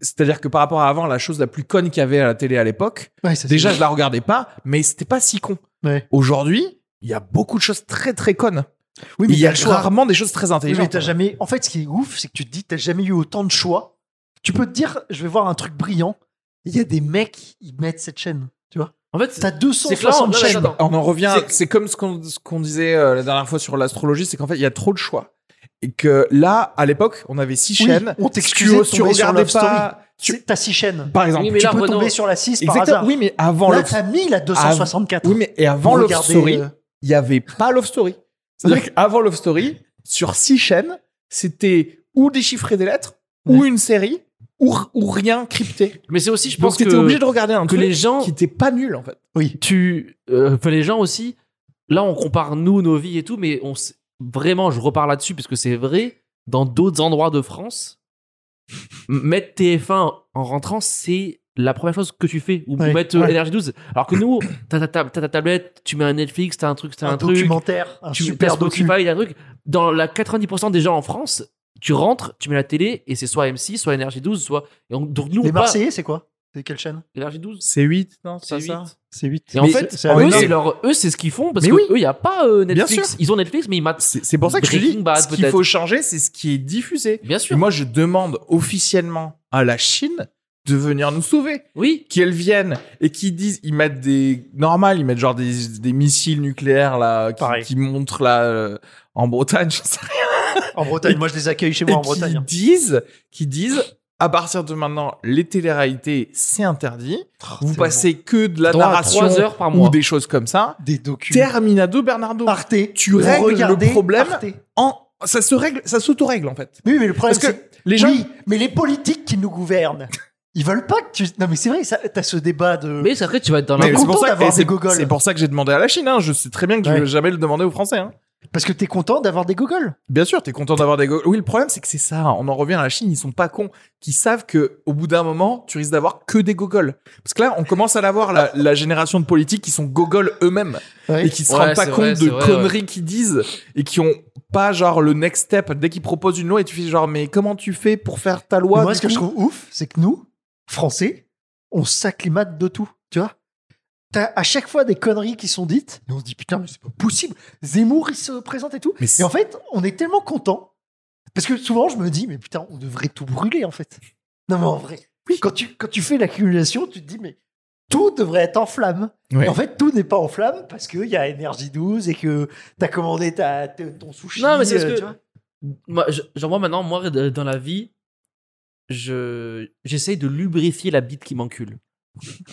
S3: c'est-à-dire que par rapport à avant, la chose la plus conne qu'il y avait à la télé à l'époque,
S4: Ouais, ça,
S3: déjà,
S4: c'est-
S3: je la regardais pas, mais c'était pas si con.
S4: Ouais.
S3: Aujourd'hui, il y a beaucoup de choses très très connes.
S4: Oui, mais
S3: Il y a
S4: t'as le choix.
S3: rarement des choses très
S4: Oui, mais
S3: intelligentes.
S4: t'as jamais. En fait, ce qui est ouf, c'est que tu te dis, t'as jamais eu autant de choix. Tu peux te dire, je vais voir un truc brillant. il y a des mecs, ils mettent cette chaîne. Tu vois
S2: En fait,
S4: T'as
S2: c'est- c'est
S4: 260
S2: flagrant. Non, mais
S4: chaînes.
S2: attends.
S3: On en revient.
S2: C'est-
S3: C'est comme ce qu'on ce qu'on disait euh, la dernière fois sur l'astrologie, c'est qu'en fait, il y a trop de choix. Et que là, à l'époque, on avait six
S4: Oui,
S3: chaînes.
S4: on
S3: Tu-
S4: t'excusait de
S3: tu
S4: tomber sur
S3: regardais
S4: Love Story.
S3: pas. tu-
S4: C'est- T'as 6 chaînes.
S3: Par exemple,
S2: Oui, mais
S3: tu
S2: là,
S3: peux
S4: Peut
S2: Renaud-
S4: tomber sur la 6 par
S3: Exactement.
S4: hasard.
S3: Oui, mais avant
S4: Là,
S3: Love
S4: t'as mis la 264.
S3: Ah, Oui, mais et avant
S4: Pour
S3: Love
S4: regarder,
S3: Story,
S4: euh,
S3: il n'y avait pas Love Story. C'est-à-dire qu'avant Love Story, sur six chaînes, c'était ou déchiffrer des lettres, ou une série, ou, r- ou rien crypté.
S2: Mais c'est aussi, je
S3: Je pense
S2: pense
S3: que
S2: que,
S3: t'étais obligé de regarder un
S2: que
S3: truc
S2: les gens,
S3: qui n'était pas nul, en fait.
S4: Oui.
S2: tu, euh, enfin, les gens aussi. Là, on compare nous nos vies et tout, mais on s- vraiment, je repars là-dessus parce que c'est vrai. Dans d'autres endroits de France, m- mettre TF1 en rentrant, c'est la première chose que tu fais, ou ou
S4: Ouais,
S2: mettre euh,
S4: ouais.
S2: NRJ12. Alors que nous, t'as ta, tab- t'as ta tablette, tu mets un Netflix, t'as un truc, t'as
S4: Un,
S2: un, truc,
S4: documentaire, un
S2: tu
S4: super
S2: t'as Spotify,
S4: docu.
S2: il y a un truc. Dans la 90% des gens en France, tu rentres, tu mets la télé et c'est soit M6, soit NRJ12, soit. Et on- donc nous, on
S4: Les
S2: part-
S4: Marseillais, c'est quoi C'est quelle chaîne
S2: NRJ12,
S3: C'est 8, non
S2: c'est ça.
S4: C'est 8.
S2: Et en fait,
S4: c'est
S3: Ah oui,
S2: eux,
S3: non.
S2: c'est leur- eux, c'est ce qu'ils font parce
S3: Mais
S2: que
S3: oui.
S2: eux, il n'y a pas euh,
S3: Bien
S2: Netflix.
S3: sûr.
S2: Ils ont Netflix, mais ils matent.
S3: C'est c'est pour ça que je te dis,
S2: Breaking Bad,
S3: ce qu'il
S2: peut-être.
S3: faut changer, c'est ce qui est diffusé.
S2: Bien
S3: Et
S2: sûr.
S3: moi, je demande officiellement à la Chine de venir nous sauver.
S2: Oui.
S3: qu'elles viennent et qui disent ils mettent des normal ils mettent genre des, des missiles nucléaires là qui,
S4: Pareil.
S3: qui montrent là euh, en Bretagne je sais
S4: En Bretagne, moi je les accueille chez
S3: rien,
S4: moi en
S3: et qui
S2: hein.
S4: Bretagne. hein.
S3: disent qui disent à partir de maintenant les téléréalités c'est interdit
S2: Oh,
S3: vous
S4: tellement.
S3: passez que de la
S2: Trois-
S3: narration
S2: trois heures par
S3: ou
S2: mois. Ah.
S3: des choses comme ça
S4: Des docus.
S3: Terminado Bernardo
S4: Arte.
S3: tu règles
S4: Regardez
S3: le problème
S4: Arte.
S3: en ça se règle ça s'auto-règle en fait
S4: Oui, mais le problème,
S3: parce que
S4: c'est
S3: les gens
S4: Oui, mais les politiques qui nous gouvernent, ils veulent pas que tu. Non, mais c'est vrai, ça- t'as ce débat de.
S2: Mais après, tu vas être dans la.
S3: Mais
S4: est
S3: c'est pour,
S4: content
S3: ça,
S4: d'avoir
S3: et
S4: des
S3: c'est-
S4: gogoles.
S3: c'est pour ça que j'ai demandé à la Chine. hein. Je sais très bien que je
S4: Ouais.
S3: vais jamais le demander aux Français. hein.
S4: Parce que t'es content d'avoir des gogoles.
S3: Bien sûr, t'es content d'avoir des go- Oui, le problème, c'est que c'est ça. On en revient à la Chine, ils sont pas cons. Qui savent que au bout d'un moment, tu risques d'avoir que des gogoles. Parce que là, on commence à l'avoir, la, la génération de politiques qui sont gogoles eux-mêmes. Et qui se
S2: Ouais,
S3: rendent pas
S2: c'est
S3: compte
S2: vrai,
S3: de
S2: c'est vrai,
S3: conneries qu'ils disent. Et qui ont pas, genre, le next step. Dès qu'ils proposent une loi, et tu fais genre, mais comment tu fais pour faire ta loi
S4: Moi,
S3: du
S4: ce que
S3: coup
S4: je trouve ouf, c'est que nous, Français, on s'acclimate de tout. Tu vois T'as à chaque fois des conneries qui sont dites, et on se dit putain, mais c'est pas possible. Zemmour, il se présente et tout.
S3: Mais c'est-
S4: Et en fait, on est tellement content. Parce que souvent, je me dis, mais putain, on devrait tout brûler, en fait. Non, mais en vrai. Quand, tu, quand tu fais l'accumulation, tu te dis, mais tout devrait être en flamme.
S3: Ouais.
S4: Et en fait, tout n'est pas en flamme parce qu'il y a énergie 12 et que t'as commandé ta, t- ton sushi.
S2: Non, mais c'est parce
S4: euh,
S2: que-
S4: tu vois.
S2: Moi, je- genre moi maintenant, moi de- dans la vie, je j'essaye de lubrifier la bite qui m'encule.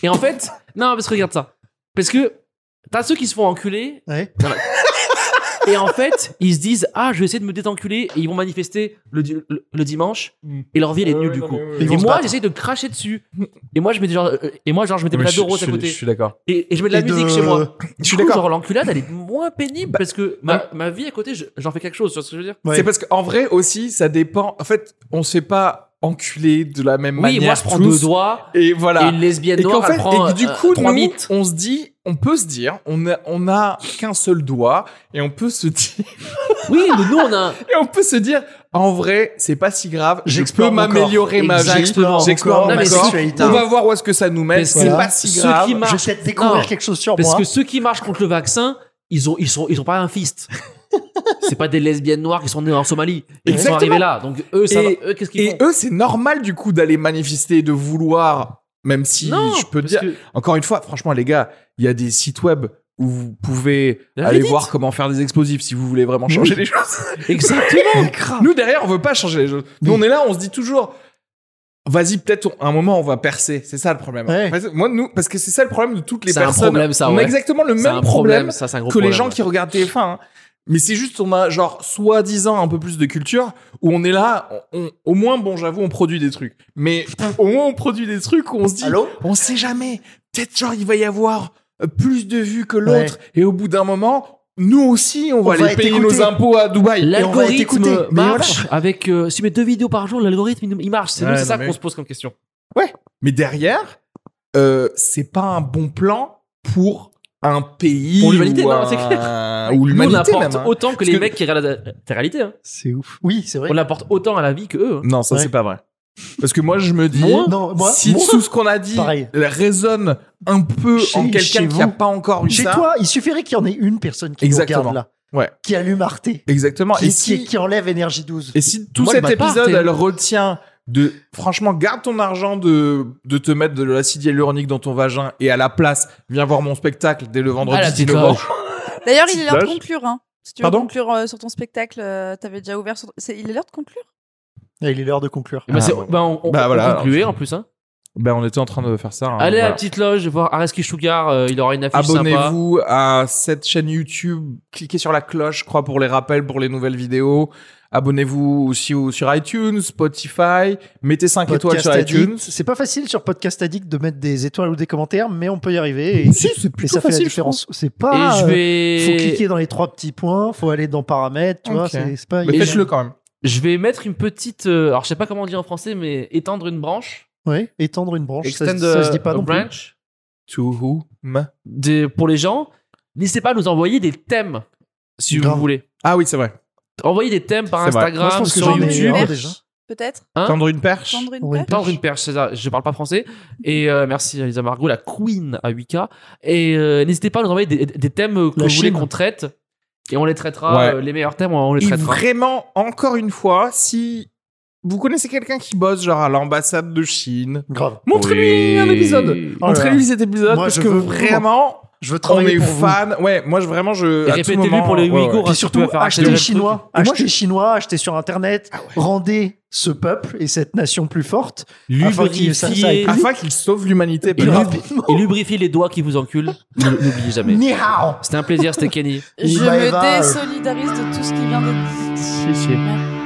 S2: Et en fait, non, parce que regarde ça. Parce que t'as ceux qui se font enculer.
S4: Ouais.
S2: dans la- Et en fait, ils se disent ah je vais essayer de me détenculer et ils vont manifester le, di- le, le dimanche et leur vie elle est nulle du coup.
S4: Ils vont
S2: Et
S4: se
S2: moi
S4: battre.
S2: j'essaye de cracher dessus. Et moi je mets des genre euh, et moi genre je mettais de
S3: Mais
S2: la
S3: je,
S2: Doro à
S3: je-
S2: côté
S3: je suis d'accord.
S2: et, et je mets de la
S4: Et de-
S2: musique chez moi.
S3: Je
S2: Du
S3: suis
S2: coup,
S3: d'accord. Bah,
S2: Genre l'enculade elle est moins pénible parce que ma, ma vie à côté je- j'en fais quelque chose. Tu vois ce que je veux dire?
S4: Ouais.
S3: C'est parce qu'en vrai aussi, ça dépend. En fait, on se fait pas enculer de la même
S2: Oui,
S3: manière.
S2: moi je prends
S3: tous.
S2: deux doigts.
S3: Et voilà.
S2: Et une lesbienne
S3: et qu'en
S2: noire,
S3: fait,
S2: elle prend
S3: et que du
S2: euh,
S3: coup,
S2: trois
S3: nous,
S2: mites.
S3: on se dit, on peut se dire, on a, on a qu'un seul doigt, et on peut se dire,
S2: Oui, mais nous, on a...
S3: et on peut se dire, en vrai, c'est pas si grave, je peux
S4: J'explore mon
S3: m'améliorer
S2: corps.
S3: ma vie,
S2: Exactement.
S3: j'explore
S2: Mon
S3: mon
S2: corps, ma
S3: corps,
S4: sexualité.
S3: on va voir où est-ce que ça nous mène,
S2: Mais
S3: c'est
S4: voilà.
S3: pas si
S2: Ceux
S3: grave.
S2: qui marchent-
S4: Je vais peut-être découvrir
S2: Non.
S4: quelque chose sur
S2: Parce
S4: moi.
S2: que ceux qui marchent contre le vaccin, ils ont, ils sont, ils ont pas un fist. C'est pas des lesbiennes noires qui sont nées en Somalie. Ils sont
S3: Exactement.
S2: arrivés là. Donc eux, ça
S3: Et-
S2: va- eux, qu'est-ce qu'ils
S3: Et
S2: font
S3: eux, c'est normal, du coup, d'aller manifester, de vouloir, même si je peux te
S2: parce
S3: dire,
S2: que-
S3: Encore une fois, franchement, les gars, il y a des sites web où vous pouvez
S2: La
S3: aller
S2: Reddit.
S3: voir comment faire des explosifs si vous voulez vraiment changer les choses.
S4: Eh,
S2: Exactement.
S3: Nous, derrière, on veut pas changer les choses. Nous,
S4: Oui.
S3: on est là, on se dit toujours, vas-y, peut-être, on- un moment, on va percer. C'est ça le problème.
S4: Ouais.
S3: Parce- Moi, nous, parce que c'est ça le problème de toutes les
S2: C'est un
S3: personnes.
S2: problème, ça,
S3: On a
S2: ouais.
S3: exactement le
S2: C'est
S3: même
S2: un problème,
S3: problème,
S2: ça, c'est un gros
S3: que les
S2: problème,
S3: gens
S2: ouais.
S3: qui regardent TF1. hein. Mais c'est juste, on a genre soi-disant un peu plus de culture où on est là, on- on- au moins, bon, j'avoue, on produit des trucs. Mais au moins, on produit des trucs où on se dit,
S4: Allô
S3: on sait jamais. Peut-être genre il va y avoir euh, plus de vues que l'autre et au bout d'un moment, nous aussi on va
S4: On va
S3: aller
S4: être
S3: payer
S4: écoutés.
S3: nos impôts à Dubaï.
S4: Et on va être
S2: L'algorithme
S4: écouté. Mais
S2: marche avec... euh, si tu mets deux vidéos par jour, l'algorithme, il- il marche. C'est nous,
S3: Ouais,
S2: c'est
S3: non,
S2: ça
S3: mais-
S2: qu'on se pose comme question.
S3: Mais derrière, euh, c'est pas un bon plan pour un pays
S2: Pour l'humanité,
S3: ou,
S2: non,
S3: un-
S2: c'est
S3: Ah, ou
S2: Nous, on
S3: l'humanité
S2: apporte
S3: même. hein.
S2: autant que
S3: Parce
S2: les
S3: que-
S2: mecs qui regardent la- la réalité. hein.
S4: C'est ouf. Oui, c'est vrai.
S2: On apporte autant à la vie que eux. hein.
S3: Non, ça
S4: Ouais.
S3: c'est pas vrai. Parce que moi je me dis
S4: non, moi,
S3: si
S4: moi,
S3: tout ce qu'on a dit
S4: Pareil.
S3: résonne un peu
S4: Chez-
S3: en quelqu'un
S4: chez
S3: qui a
S4: vous.
S3: pas encore eu
S4: chez
S3: ça.
S4: toi, il suffirait qu'il y en ait une personne qui nous
S3: Exactement.
S4: regarde là,
S3: Ouais.
S4: qui allume Arte,
S3: Exactement.
S4: qui,
S3: et
S4: qui-
S3: si
S4: qui enlève énergie 12.
S3: Et si tout
S2: Moi, je
S3: cet
S2: bats pas,
S3: épisode,
S2: t'es-
S3: elle retient de franchement garde ton argent de de te mettre de l'acide hyaluronique dans ton vagin et à la place viens voir mon spectacle dès le vendredi
S2: Ah, la
S3: 10
S2: petite
S3: novembre.
S1: D'ailleurs, il est l'heure de
S3: Dommage.
S1: conclure. Hein. Si tu veux
S3: Pardon
S1: conclure euh, sur ton spectacle, euh, t'avais déjà ouvert sur. c'est- Il est l'heure de conclure
S4: Et Il est l'heure de conclure.
S2: Et ben,
S3: Ah,
S2: c'est-
S3: bon.
S2: ben, on, on-
S3: Bah,
S2: on
S3: voilà,
S2: concluait,
S3: alors,
S2: en plus. Hein.
S3: Ben on était en train de faire ça. hein,
S2: Allez à
S3: voilà.
S2: la petite loge, voir Areski Sugar, euh, il aura une affiche sympa.
S3: Abonnez-vous à cette chaîne YouTube, cliquez sur la cloche, je crois, pour les rappels, pour les nouvelles vidéos. Abonnez-vous aussi au- sur iTunes, Spotify. Mettez 5 étoiles sur
S4: Podcast Addict.
S3: iTunes.
S4: C'est pas facile sur Podcast Addict de mettre des étoiles ou des commentaires, mais on peut y arriver. Et,
S3: Si, c'est
S4: et
S3: plutôt
S4: ça fait la
S3: facile, je
S4: différence. C'est
S2: Et
S4: pas.
S2: je
S4: euh, faut
S2: vais,
S4: cliquer dans les trois petits points, faut aller dans paramètres, tu vois,
S3: Ok.
S4: c'est c'est pas.
S3: trouve. Mais
S2: Et
S3: faites-le quand même.
S2: je vais mettre une petite, euh, alors je sais pas comment on dit en français, mais étendre une branche,
S4: Ouais, étendre une branche, ça,
S2: extend
S4: ça
S2: euh,
S4: se dit pas
S2: a
S4: non plus.
S2: branch,
S3: To whom?
S2: des- pour les gens. N'hésitez pas à nous envoyer des thèmes, si
S4: Grave.
S2: vous voulez.
S3: Ah oui, c'est vrai.
S2: Envoyez des thèmes par
S3: C'est vrai.
S2: Instagram,
S4: Moi, je pense que
S2: sur
S4: j'en ai
S2: YouTube.
S4: un.
S1: Perche,
S4: déjà.
S1: Peut-être
S2: Hein
S3: Tendre une perche.
S1: Tendre une
S4: Oui.
S1: perche
S2: Tendre une perche, c'est ça. Je parle pas français. Et euh, merci à Lisa Margot, la queen à 8K. Et euh, n'hésitez pas à nous envoyer des, des thèmes que
S4: La
S2: vous voulez
S4: Chine.
S2: qu'on traite. Et on les traitera.
S3: Ouais.
S2: euh, les meilleurs thèmes, on les
S3: Et
S2: traitera.
S3: vraiment, encore une fois, si vous connaissez quelqu'un qui bosse, genre à l'ambassade de Chine,
S4: Grave.
S3: montrez-lui un épisode.
S4: Oh là
S3: Montrez-lui
S4: là.
S3: cet épisode
S4: Moi,
S3: parce
S4: je
S3: que
S4: veux-
S3: vraiment,
S4: Je veux
S3: on est
S4: travailler pour vous.
S3: fan. Ouais, moi, je, vraiment, je.
S2: Et
S3: à tout
S2: répétez-lui
S3: moment,
S2: pour les
S3: ouais, ouais.
S2: Ouïghours.
S4: Puis
S2: Parce que tu
S4: surtout,
S2: vas faire acheter
S4: achetez
S2: des Ah
S4: chinois,
S3: Et moi,
S4: achetez
S3: j'ai-
S4: chinois, achetez sur internet, rendez ce peuple et cette nation plus forte.
S2: Lui
S4: Afin qu'il- ça- ça-
S2: et,
S3: Afin qu'il sauve l'humanité,
S2: Et
S4: Plus
S2: lui-
S3: peut-être.
S4: rapidement.
S2: et lubrifier les doigts qui vous enculent. N- N'oubliez jamais.
S4: Ni hao.
S2: C'était un plaisir, c'était Kenny.
S1: Je
S4: Iba Eva,
S1: me
S4: euh.
S1: désolidarise de tout ce qui vient d'être dit.
S2: Chier, chier.
S1: Merde.